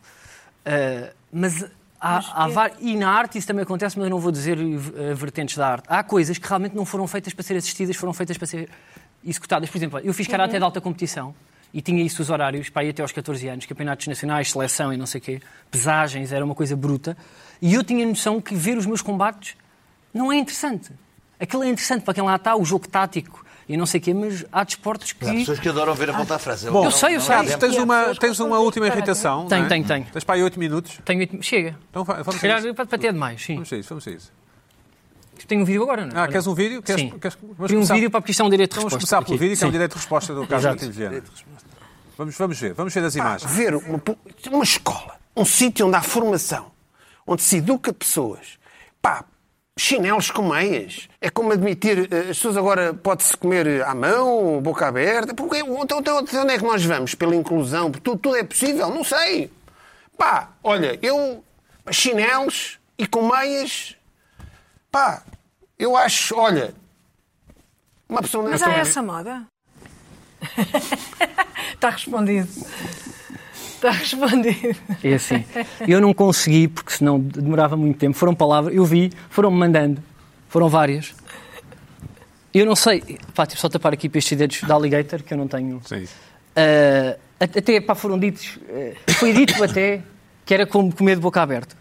Speaker 5: Ah, mas... Há, há var- E na arte isso também acontece, mas eu não vou dizer eh, vertentes da arte. Há coisas que realmente não foram feitas para ser assistidas, foram feitas para ser executadas. Por exemplo, eu fiz
Speaker 1: Uhum.
Speaker 5: karate de alta competição e tinha isso os horários, para ir até aos 14 anos, campeonatos nacionais, seleção e não sei o quê, pesagens, era uma coisa bruta. E eu tinha a noção que ver os meus combates não é interessante. Aquilo é interessante para quem lá está, o jogo tático e não sei o quê, mas há desportos que.
Speaker 4: Há pessoas que adoram ver a volta à França.
Speaker 1: Bom,
Speaker 5: Eu sei, eu sei.
Speaker 1: Carlos, tens uma, tens uma última irritação.
Speaker 5: Tenho,
Speaker 1: não é?
Speaker 5: tenho, tenho.
Speaker 1: Tens para aí oito minutos.
Speaker 5: Tenho... oito- Chega.
Speaker 1: Então vai- vamos
Speaker 5: Se calhar
Speaker 1: a isso.
Speaker 5: para para ter demais, sim.
Speaker 1: Vamos a isso, vamos a isso.
Speaker 5: Tenho um vídeo agora, não é?
Speaker 1: Ah, queres um vídeo? Queres,
Speaker 5: Sim.
Speaker 1: queres- vamos
Speaker 5: Tem um
Speaker 1: começar-
Speaker 5: vídeo para porque isto é um direito de
Speaker 1: Vamos
Speaker 5: resposta
Speaker 1: começar pelo
Speaker 5: aqui.
Speaker 1: vídeo, que é um
Speaker 5: Sim.
Speaker 1: direito de resposta do Carlos
Speaker 5: Exato. Ah,
Speaker 1: Martins Vamos, vamos ver, vamos ver as
Speaker 2: Pá,
Speaker 1: imagens.
Speaker 2: ver uma, pu- uma escola, um sítio onde há formação, onde se educa pessoas, pá, chinelos com meias. É como admitir, eh, as pessoas agora pode-se comer eh, à mão, boca aberta. Porque, então, então, até onde é que nós vamos? Pela inclusão? Por Tudo, tudo é possível? Não sei. Pá, olha, eu, chinelos e com meias, pá, eu acho, olha, uma pessoa... é
Speaker 3: Mas há essa moda? Está Tá respondido. Está respondido.
Speaker 5: É assim. Eu não consegui, porque senão demorava muito tempo. Foram palavras, eu vi, foram-me mandando. Foram várias. Eu não sei. Pá, tive só tapar aqui para estes dedos da Alligator, que eu não tenho.
Speaker 1: Sim.
Speaker 5: Ah, at- até, pá, foram ditos. ah, foi dito até que era como comer de boca aberta.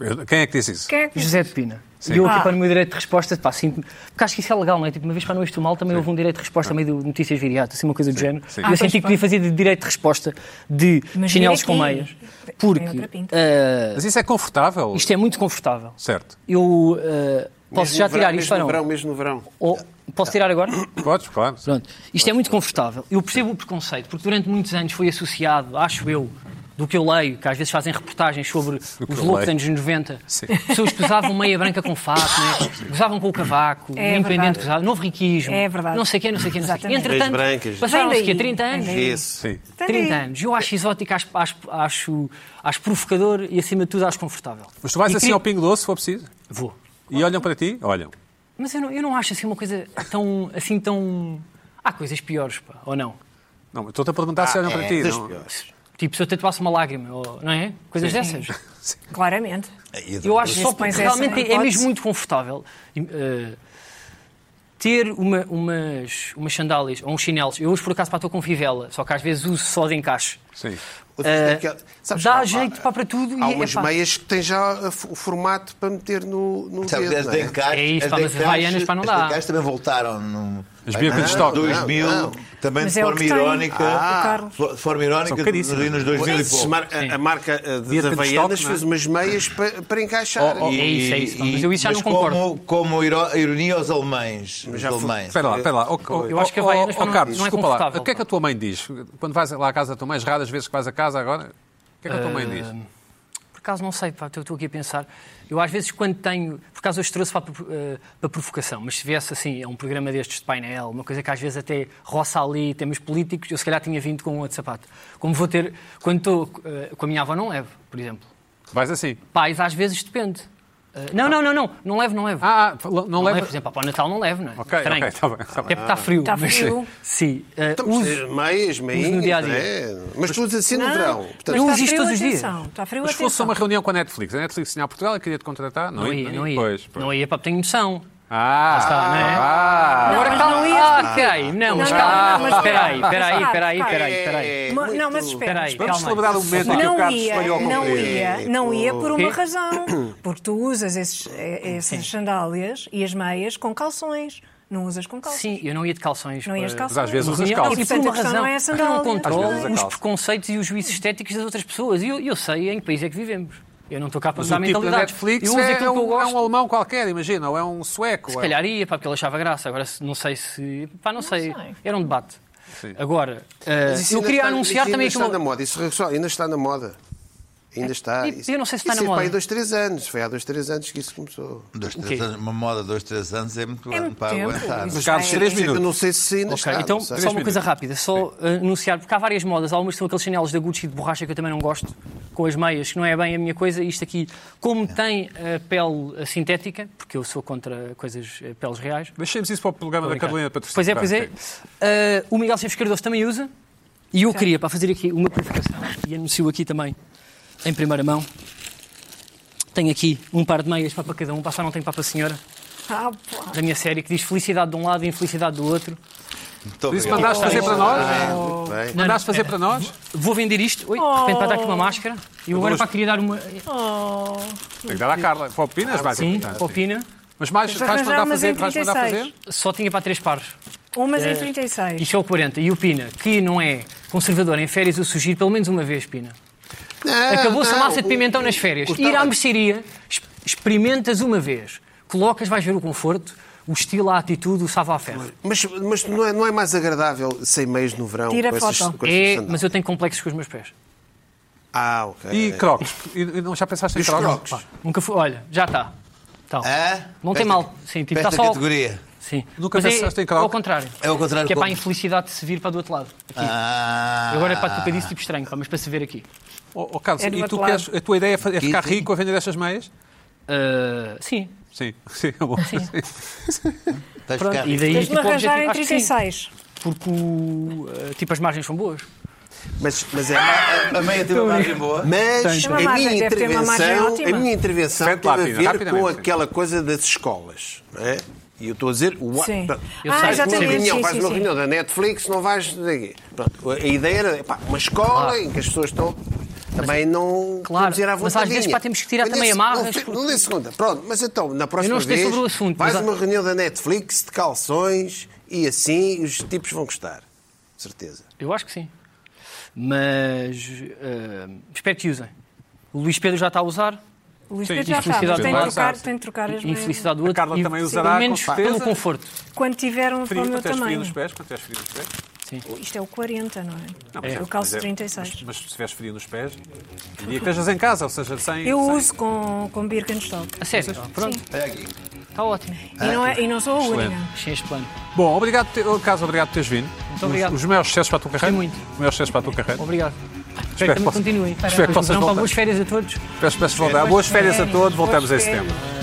Speaker 1: Eu- Quem é que disse isso?
Speaker 3: Quem é que-
Speaker 5: José de Pina. E eu
Speaker 3: Ah.
Speaker 5: aqui para o meu direito de resposta, pá, sinto Porque acho que isso é legal, não é? Tipo, uma vez para não isto mal, também houve um direito de resposta meio do Notícias Viriato, assim, uma coisa do género.
Speaker 1: sim.
Speaker 5: E
Speaker 1: Ah,
Speaker 5: eu senti
Speaker 3: pois
Speaker 5: que podia fazer de direito de resposta de
Speaker 3: Mas
Speaker 5: chinelos
Speaker 3: vira
Speaker 5: com
Speaker 3: aqui.
Speaker 5: meias.
Speaker 3: Tem
Speaker 5: Porque
Speaker 3: outra pinta.
Speaker 5: ah,
Speaker 1: Mas isso é confortável?
Speaker 5: isto é muito confortável.
Speaker 1: Certo.
Speaker 5: Eu ah, posso já tirar isto
Speaker 2: mesmo
Speaker 5: ou
Speaker 2: no
Speaker 5: não?
Speaker 2: verão, mesmo no verão.
Speaker 5: Ou, posso tirar agora?
Speaker 1: Podes, claro.
Speaker 5: Pronto. Isto é muito confortável. Eu percebo o preconceito, porque durante muitos anos foi associado, acho eu, do que eu leio, que às vezes fazem reportagens sobre
Speaker 1: que
Speaker 5: os
Speaker 1: eu
Speaker 5: loucos
Speaker 1: leio.
Speaker 5: anos 90.
Speaker 1: Sim.
Speaker 5: Pessoas que usavam meia branca com fato, né? usavam com o cavaco,
Speaker 3: É
Speaker 5: o independente
Speaker 3: verdade.
Speaker 5: que usava, novo riquismo,
Speaker 3: É verdade.
Speaker 5: não sei o quê, não sei o quê, não sei o quê.
Speaker 3: Exatamente.
Speaker 5: Entretanto,
Speaker 2: Meias brancas.
Speaker 5: passaram-se
Speaker 3: Vem
Speaker 5: quê,
Speaker 3: daí.
Speaker 5: 30 anos?
Speaker 3: Vem daí.
Speaker 2: Isso.
Speaker 1: Sim.
Speaker 5: 30 anos. Eu acho exótico, acho, acho, acho, acho provocador e, acima de tudo, acho confortável.
Speaker 1: Mas tu vais
Speaker 5: E
Speaker 1: assim
Speaker 5: queria-
Speaker 1: ao Pingo Doce, se for preciso,
Speaker 5: Vou.
Speaker 1: e olham para ti, olham.
Speaker 5: Mas eu não, eu não acho assim uma coisa tão. assim tão. Há coisas piores, pá, ou não?
Speaker 1: Não, mas estou-te a perguntar se olham para ti.
Speaker 2: É, das
Speaker 1: não?
Speaker 2: piores.
Speaker 5: Tipo, se eu tatuasse uma lágrima, ou, não é? Coisas dessas.
Speaker 3: Claramente.
Speaker 5: Eu acho
Speaker 3: Esse
Speaker 5: só porque
Speaker 3: põe-se essa
Speaker 5: realmente é
Speaker 3: hipótese.
Speaker 5: mesmo muito confortável eh, ter uma, umas, umas sandálias ou uns chinelos. Eu uso por acaso para a tua confivela, só que às vezes uso só de encaixe.
Speaker 1: Sim.
Speaker 2: Outras
Speaker 5: Eh,
Speaker 2: daquela- é sabes,
Speaker 5: dá
Speaker 2: há-
Speaker 5: jeito pá, para tudo
Speaker 2: Há
Speaker 5: e
Speaker 2: umas
Speaker 5: é, pá,
Speaker 2: meias que têm já a f- o formato para meter no, no
Speaker 4: Sabes,
Speaker 2: dedo.
Speaker 4: as
Speaker 2: não é?
Speaker 4: de encaixe.
Speaker 5: É isso,
Speaker 4: as
Speaker 5: pá,
Speaker 4: de
Speaker 5: mas as
Speaker 4: encaixe-
Speaker 5: vaianas, pá, não
Speaker 4: as
Speaker 5: dá.
Speaker 4: de encaixe também voltaram. No...
Speaker 1: As biocas de estoque.
Speaker 4: 2000,
Speaker 2: Não, não.
Speaker 4: também
Speaker 3: Mas
Speaker 4: de
Speaker 3: é o
Speaker 4: forma
Speaker 3: que tem.
Speaker 4: irónica.
Speaker 3: Ah.
Speaker 4: Carlos. de forma
Speaker 1: São
Speaker 4: irónica,
Speaker 1: caríssimas.
Speaker 4: ali nos
Speaker 1: É
Speaker 4: 2000 e
Speaker 2: Esses
Speaker 4: pouco.
Speaker 2: mar- a, a marca eh,
Speaker 1: Dia
Speaker 2: de,
Speaker 1: de
Speaker 2: de Havaianas
Speaker 1: Birkenstock, não é?
Speaker 2: fez umas meias para, para encaixar.
Speaker 5: Oh, oh. É isso, é isso, mas eu isso já não
Speaker 4: mas
Speaker 5: concordo.
Speaker 4: Como, como iro- ironia aos alemães. Os
Speaker 2: já foi-
Speaker 4: alemães.
Speaker 1: Espera lá, espera lá. Oh, oh,
Speaker 5: Eu acho que a
Speaker 1: oh,
Speaker 5: Havaianas
Speaker 1: oh,
Speaker 5: não-
Speaker 1: Carlos,
Speaker 5: não é
Speaker 1: desculpa lá.
Speaker 5: confortável,
Speaker 1: O que é que a
Speaker 5: pá.
Speaker 1: tua mãe diz? Quando vais lá à casa da tua mãe, as raras vezes que vais a casa agora, o que é que a tua mãe diz?
Speaker 5: Por acaso não sei, pá, estou estou aqui a pensar. Eu às vezes quando tenho. Por acaso hoje trouxe para, a pro- eh, para a provocação, mas se viesse assim, a um programa destes de painel, uma coisa que às vezes até roça ali temas políticos, eu se calhar tinha vindo com outro sapato. Como vou ter. Quando estou eh, com a minha avó, não levo, por exemplo.
Speaker 1: Vais assim.
Speaker 5: Pais às vezes depende. Eh, não, não, não, não, não levo, não levo.
Speaker 1: Ah, ah, não,
Speaker 5: não levo,
Speaker 1: leva.
Speaker 5: por exemplo, para o Natal não levo, não é?
Speaker 1: Ok,
Speaker 5: Estranho.
Speaker 1: ok, tá bem, é tá bem.
Speaker 5: Até porque está frio.
Speaker 3: Está
Speaker 5: mas-
Speaker 3: frio.
Speaker 5: Sim. eh,
Speaker 2: Então, mas,
Speaker 5: uso,
Speaker 2: eh, meias, meias.
Speaker 5: no dia-a-dia.
Speaker 2: Mas tu usas assim no verão. Portanto,
Speaker 5: Eu
Speaker 3: Está
Speaker 5: uso isto
Speaker 3: frio,
Speaker 5: todos os dias.
Speaker 3: atenção. Está frio,
Speaker 1: Mas se fosse
Speaker 3: atenção.
Speaker 1: uma reunião com a Netflix, a Netflix tinha a Portugal e queria te contratar, não,
Speaker 5: é
Speaker 1: é?
Speaker 5: não ia, não ia.
Speaker 1: Pois, pois.
Speaker 5: Não ia, pá, porque tenho noção.
Speaker 1: Ah,
Speaker 5: está, não é?
Speaker 1: ah,
Speaker 5: Agora
Speaker 3: mas
Speaker 5: calma.
Speaker 3: não ia-
Speaker 5: Ah, peraí. Não, mas
Speaker 3: Não,
Speaker 5: calma.
Speaker 3: não, mas
Speaker 5: peraí,
Speaker 3: calma.
Speaker 5: peraí,
Speaker 3: Calma,
Speaker 5: peraí,
Speaker 3: calma.
Speaker 5: peraí, peraí.
Speaker 3: Ma- Não, mas espera.
Speaker 5: Peraí,
Speaker 1: Vamos
Speaker 5: calma.
Speaker 1: celebrar o momento em que o
Speaker 3: Não
Speaker 1: Carlos espalhou
Speaker 3: ia,
Speaker 1: o
Speaker 3: não
Speaker 1: comprimido.
Speaker 2: Ei,
Speaker 3: ia, não ia por uma
Speaker 5: Tipo, Quê?
Speaker 3: razão. Porque tu usas esses, eh, essas sandálias e as meias com calções. Não usas com calções.
Speaker 5: Sim, eu não ia de calções.
Speaker 3: Não ias de
Speaker 5: eh,
Speaker 3: calções.
Speaker 1: Mas às vezes
Speaker 5: não,
Speaker 1: usas
Speaker 5: e
Speaker 1: calças.
Speaker 5: por
Speaker 3: Portanto,
Speaker 5: tipo uma
Speaker 3: a questão
Speaker 5: razão,
Speaker 3: não é a
Speaker 5: porque eu não
Speaker 1: Às
Speaker 3: sandália.
Speaker 1: vezes é
Speaker 5: controlo os
Speaker 1: calça.
Speaker 5: preconceitos e os juízos estéticos das outras pessoas. E eu, eu sei em que país é que vivemos. Eu não estou cá para
Speaker 1: Mas
Speaker 5: usar
Speaker 1: o tipo da
Speaker 5: mentalidades.
Speaker 1: Netflix
Speaker 5: eu uso
Speaker 1: é,
Speaker 5: aquilo que eu
Speaker 1: um, é
Speaker 5: gosto.
Speaker 1: um alemão qualquer, imagina, ou é um sueco.
Speaker 5: Se
Speaker 1: ou é-
Speaker 5: calhar ia, pá, porque ele achava graça. Agora se- não sei se. Pá, não, sei.
Speaker 3: sei.
Speaker 5: Era um debate.
Speaker 1: Sim.
Speaker 5: Agora, eh,
Speaker 2: Mas isso
Speaker 5: eu
Speaker 2: ainda
Speaker 5: queria
Speaker 2: está-
Speaker 5: anunciar
Speaker 2: isso ainda
Speaker 5: também aqui
Speaker 2: está na
Speaker 5: uma.
Speaker 2: moda. Isso pessoal, ainda está na moda. Ainda está.
Speaker 5: E- tipo, eu não sei se está
Speaker 2: isso
Speaker 5: na
Speaker 2: é
Speaker 5: moda.
Speaker 2: Foi há dois, três anos. Foi há dois, três anos que isso começou.
Speaker 4: Dois,
Speaker 5: O
Speaker 4: três
Speaker 5: quê?
Speaker 4: anos- uma moda de dois, três anos é muito
Speaker 3: É
Speaker 4: ano
Speaker 3: muito
Speaker 4: para
Speaker 3: tempo.
Speaker 4: aguentar.
Speaker 3: Isso
Speaker 1: Carlos,
Speaker 3: é-
Speaker 1: três
Speaker 2: Sei que Eu
Speaker 1: minutos.
Speaker 2: não sei se ainda
Speaker 5: Ok,
Speaker 2: está.
Speaker 5: então,
Speaker 2: não
Speaker 5: só
Speaker 2: sei.
Speaker 5: uma coisa rápida, só eh, anunciar, porque há várias modas. Algumas são aqueles chinelos da Gucci de borracha que eu também não gosto, com as meias, que não é bem a minha coisa. Isto aqui,
Speaker 1: É.
Speaker 5: como tem eh, pele eh, sintética, porque eu sou contra coisas, eh, peles reais.
Speaker 1: Deixemos um- isso para o programa da Carolina para te
Speaker 5: Pois é,
Speaker 1: explicar.
Speaker 5: pois é. Eh, o Miguel Silves Cardoso também usa, e eu queria, para fazer aqui uma provocação, e anuncio aqui também, em primeira mão, tenho aqui um par de meias para para cada um, passar não tenho para para a senhora,
Speaker 3: Ah, pá.
Speaker 5: da minha série, que diz felicidade de um lado e infelicidade do outro.
Speaker 4: Muito
Speaker 1: Por isso
Speaker 4: obrigado.
Speaker 1: mandaste fazer para nós?
Speaker 2: Muito bem.
Speaker 1: Mandaste fazer para nós?
Speaker 5: Vou vender isto. Oi, de repente vai dar aqui uma máscara. E eu agora para queria dar uma.
Speaker 1: Tem que dar à Carla. Para opinas, mais
Speaker 5: Sim,
Speaker 1: importante.
Speaker 5: opina.
Speaker 1: Mas mais,
Speaker 3: Mas
Speaker 1: vais mandar
Speaker 3: arranjar umas
Speaker 1: fazer?
Speaker 3: em
Speaker 1: Vais mandar
Speaker 3: 36.
Speaker 1: fazer?
Speaker 5: Só tinha para três pares.
Speaker 3: Umas em 36.
Speaker 5: Isto é o 40. E o Pina, que não é conservador em férias, eu sugiro pelo menos uma vez, Pina.
Speaker 2: Não,
Speaker 5: Acabou-se a
Speaker 2: Ah, não,
Speaker 5: massa de
Speaker 2: o-
Speaker 5: pimentão nas férias. Ir à mercearia, es- experimentas uma vez. Colocas, vais ver o conforto, o estilo, a atitude, o salvo à ferro.
Speaker 2: Mas, mas não, é, não é mais agradável sem meios no verão?
Speaker 3: Tira
Speaker 2: com essas-
Speaker 3: foto.
Speaker 2: com essas
Speaker 5: É,
Speaker 2: sandálias?
Speaker 5: mas eu tenho complexos com os meus pés.
Speaker 2: Ah, ok.
Speaker 1: E crocs? E, e não já pensaste em
Speaker 2: Os
Speaker 1: crocs?
Speaker 2: crocs.
Speaker 5: Pá, nunca fui. Olha, já está. Então,
Speaker 4: Hã?
Speaker 5: Não tem
Speaker 4: Esta-
Speaker 5: mal. Sim, tipo,
Speaker 4: esta
Speaker 5: está só-
Speaker 4: categoria.
Speaker 5: sim.
Speaker 1: Nunca
Speaker 5: Mas é-
Speaker 1: pensaste em
Speaker 5: é
Speaker 1: croc?
Speaker 5: ao contrário.
Speaker 4: É ao contrário
Speaker 5: Que é para a
Speaker 4: como?
Speaker 5: infelicidade de se vir para do outro lado. Aqui.
Speaker 4: Ah,
Speaker 5: Agora é para tu pedir tipo estranho, pá, mas para se ver aqui.
Speaker 1: Oh, oh, Carlos,
Speaker 3: É do
Speaker 1: e tu
Speaker 3: outro
Speaker 1: queres,
Speaker 3: lado.
Speaker 1: a tua ideia é fa- é ficar
Speaker 4: sim.
Speaker 1: rico a vender estas meias?
Speaker 5: Ah, sim.
Speaker 1: Sim, sim, é bom.
Speaker 4: estás
Speaker 5: Pronto,
Speaker 4: cá.
Speaker 5: e daí
Speaker 3: Tens de
Speaker 5: tipo,
Speaker 3: me
Speaker 5: o objetivo,
Speaker 3: arranjar em
Speaker 5: acho que sim,
Speaker 3: 36.
Speaker 5: porque o, ah, tipo, as margens são boas.
Speaker 2: Mas, mas é.
Speaker 4: A meia tem uma margem boa.
Speaker 2: Mas
Speaker 3: Tem
Speaker 2: a
Speaker 3: uma margem,
Speaker 2: minha
Speaker 3: deve ter uma margem
Speaker 2: intervenção,
Speaker 3: ótima.
Speaker 2: a minha intervenção
Speaker 1: Sente
Speaker 2: teve
Speaker 1: lá,
Speaker 2: a
Speaker 1: Pina,
Speaker 2: ver
Speaker 1: rapidamente,
Speaker 2: com
Speaker 1: sim.
Speaker 2: aquela coisa das escolas. não é? E eu estou a dizer. uau,
Speaker 3: Sim.
Speaker 2: pronto.
Speaker 5: Eu
Speaker 3: ah,
Speaker 5: sei,
Speaker 2: Uma
Speaker 3: exatamente.
Speaker 2: reunião,
Speaker 3: Sim,
Speaker 2: vais
Speaker 3: sim,
Speaker 2: uma
Speaker 3: sim.
Speaker 2: reunião da Netflix, não vais. daqui. Pronto, a ideia era pá, uma escola
Speaker 5: Claro.
Speaker 2: em que as pessoas estão. Também não
Speaker 5: Ah. Claro,
Speaker 2: vamos ir à
Speaker 5: mas às vezes,
Speaker 2: vontadinha.
Speaker 5: pá, temos que tirar
Speaker 2: Mas
Speaker 5: também
Speaker 2: nesse-
Speaker 5: amarras,
Speaker 2: Não, fi-
Speaker 5: porque-
Speaker 2: não dê segunda. Pronto, mas então, na próxima
Speaker 5: não sei
Speaker 2: vez,
Speaker 5: sobre o assunto,
Speaker 2: vais
Speaker 5: mas há-
Speaker 2: uma reunião da Netflix de calções e assim os tipos vão gostar. Certeza.
Speaker 5: Eu acho que sim. Mas ah, espero que usem. O Luís Pedro já está a usar.
Speaker 3: O Luís
Speaker 1: Sim,
Speaker 3: Pedro já está, mas
Speaker 5: infelicidade
Speaker 3: tem de
Speaker 5: do
Speaker 1: Marco.
Speaker 3: trocar, tem de trocar as
Speaker 5: E
Speaker 3: meias.
Speaker 5: infelicidade do outro.
Speaker 1: Carla
Speaker 5: e,
Speaker 1: também
Speaker 5: sim,
Speaker 1: usará,
Speaker 5: Pelo
Speaker 1: com
Speaker 5: menos
Speaker 1: certeza.
Speaker 5: pelo conforto.
Speaker 3: Quando tiver um para o
Speaker 1: Frio,
Speaker 3: meu
Speaker 1: quando tens frio
Speaker 3: tamanho.
Speaker 1: nos pés? Quando tens frio nos pés?
Speaker 5: Sim.
Speaker 3: Isto é o 40, não é?
Speaker 1: Não,
Speaker 3: Eu
Speaker 1: mas
Speaker 3: calço
Speaker 1: é-
Speaker 3: 36.
Speaker 1: Mas, mas se tiveres frio nos pés, e que estejas em casa, ou seja, sem.
Speaker 3: Eu
Speaker 1: sem-
Speaker 3: uso com, com Birkenstock.
Speaker 5: A sério? Pronto,
Speaker 4: Olha aqui.
Speaker 5: está ótimo.
Speaker 3: E não, é- e não sou a
Speaker 1: Excelente.
Speaker 3: única.
Speaker 5: Achei este plano.
Speaker 1: Bom, obrigado, por ter- oh, Carlos, obrigado por teres vindo. Muito
Speaker 5: obrigado.
Speaker 1: Os, os maiores sucessos para a tua carreira.
Speaker 5: muito.
Speaker 1: Os maiores sucessos para a tua carreira.
Speaker 5: Obrigado.
Speaker 1: Espero
Speaker 5: Espero
Speaker 1: que
Speaker 5: que
Speaker 1: possa-
Speaker 5: continuem.
Speaker 1: espero que possas
Speaker 5: Não, para
Speaker 1: voltar.
Speaker 5: boas férias a todos.
Speaker 1: Peço, peço voltar. Boas férias a todos, voltamos a esse tema.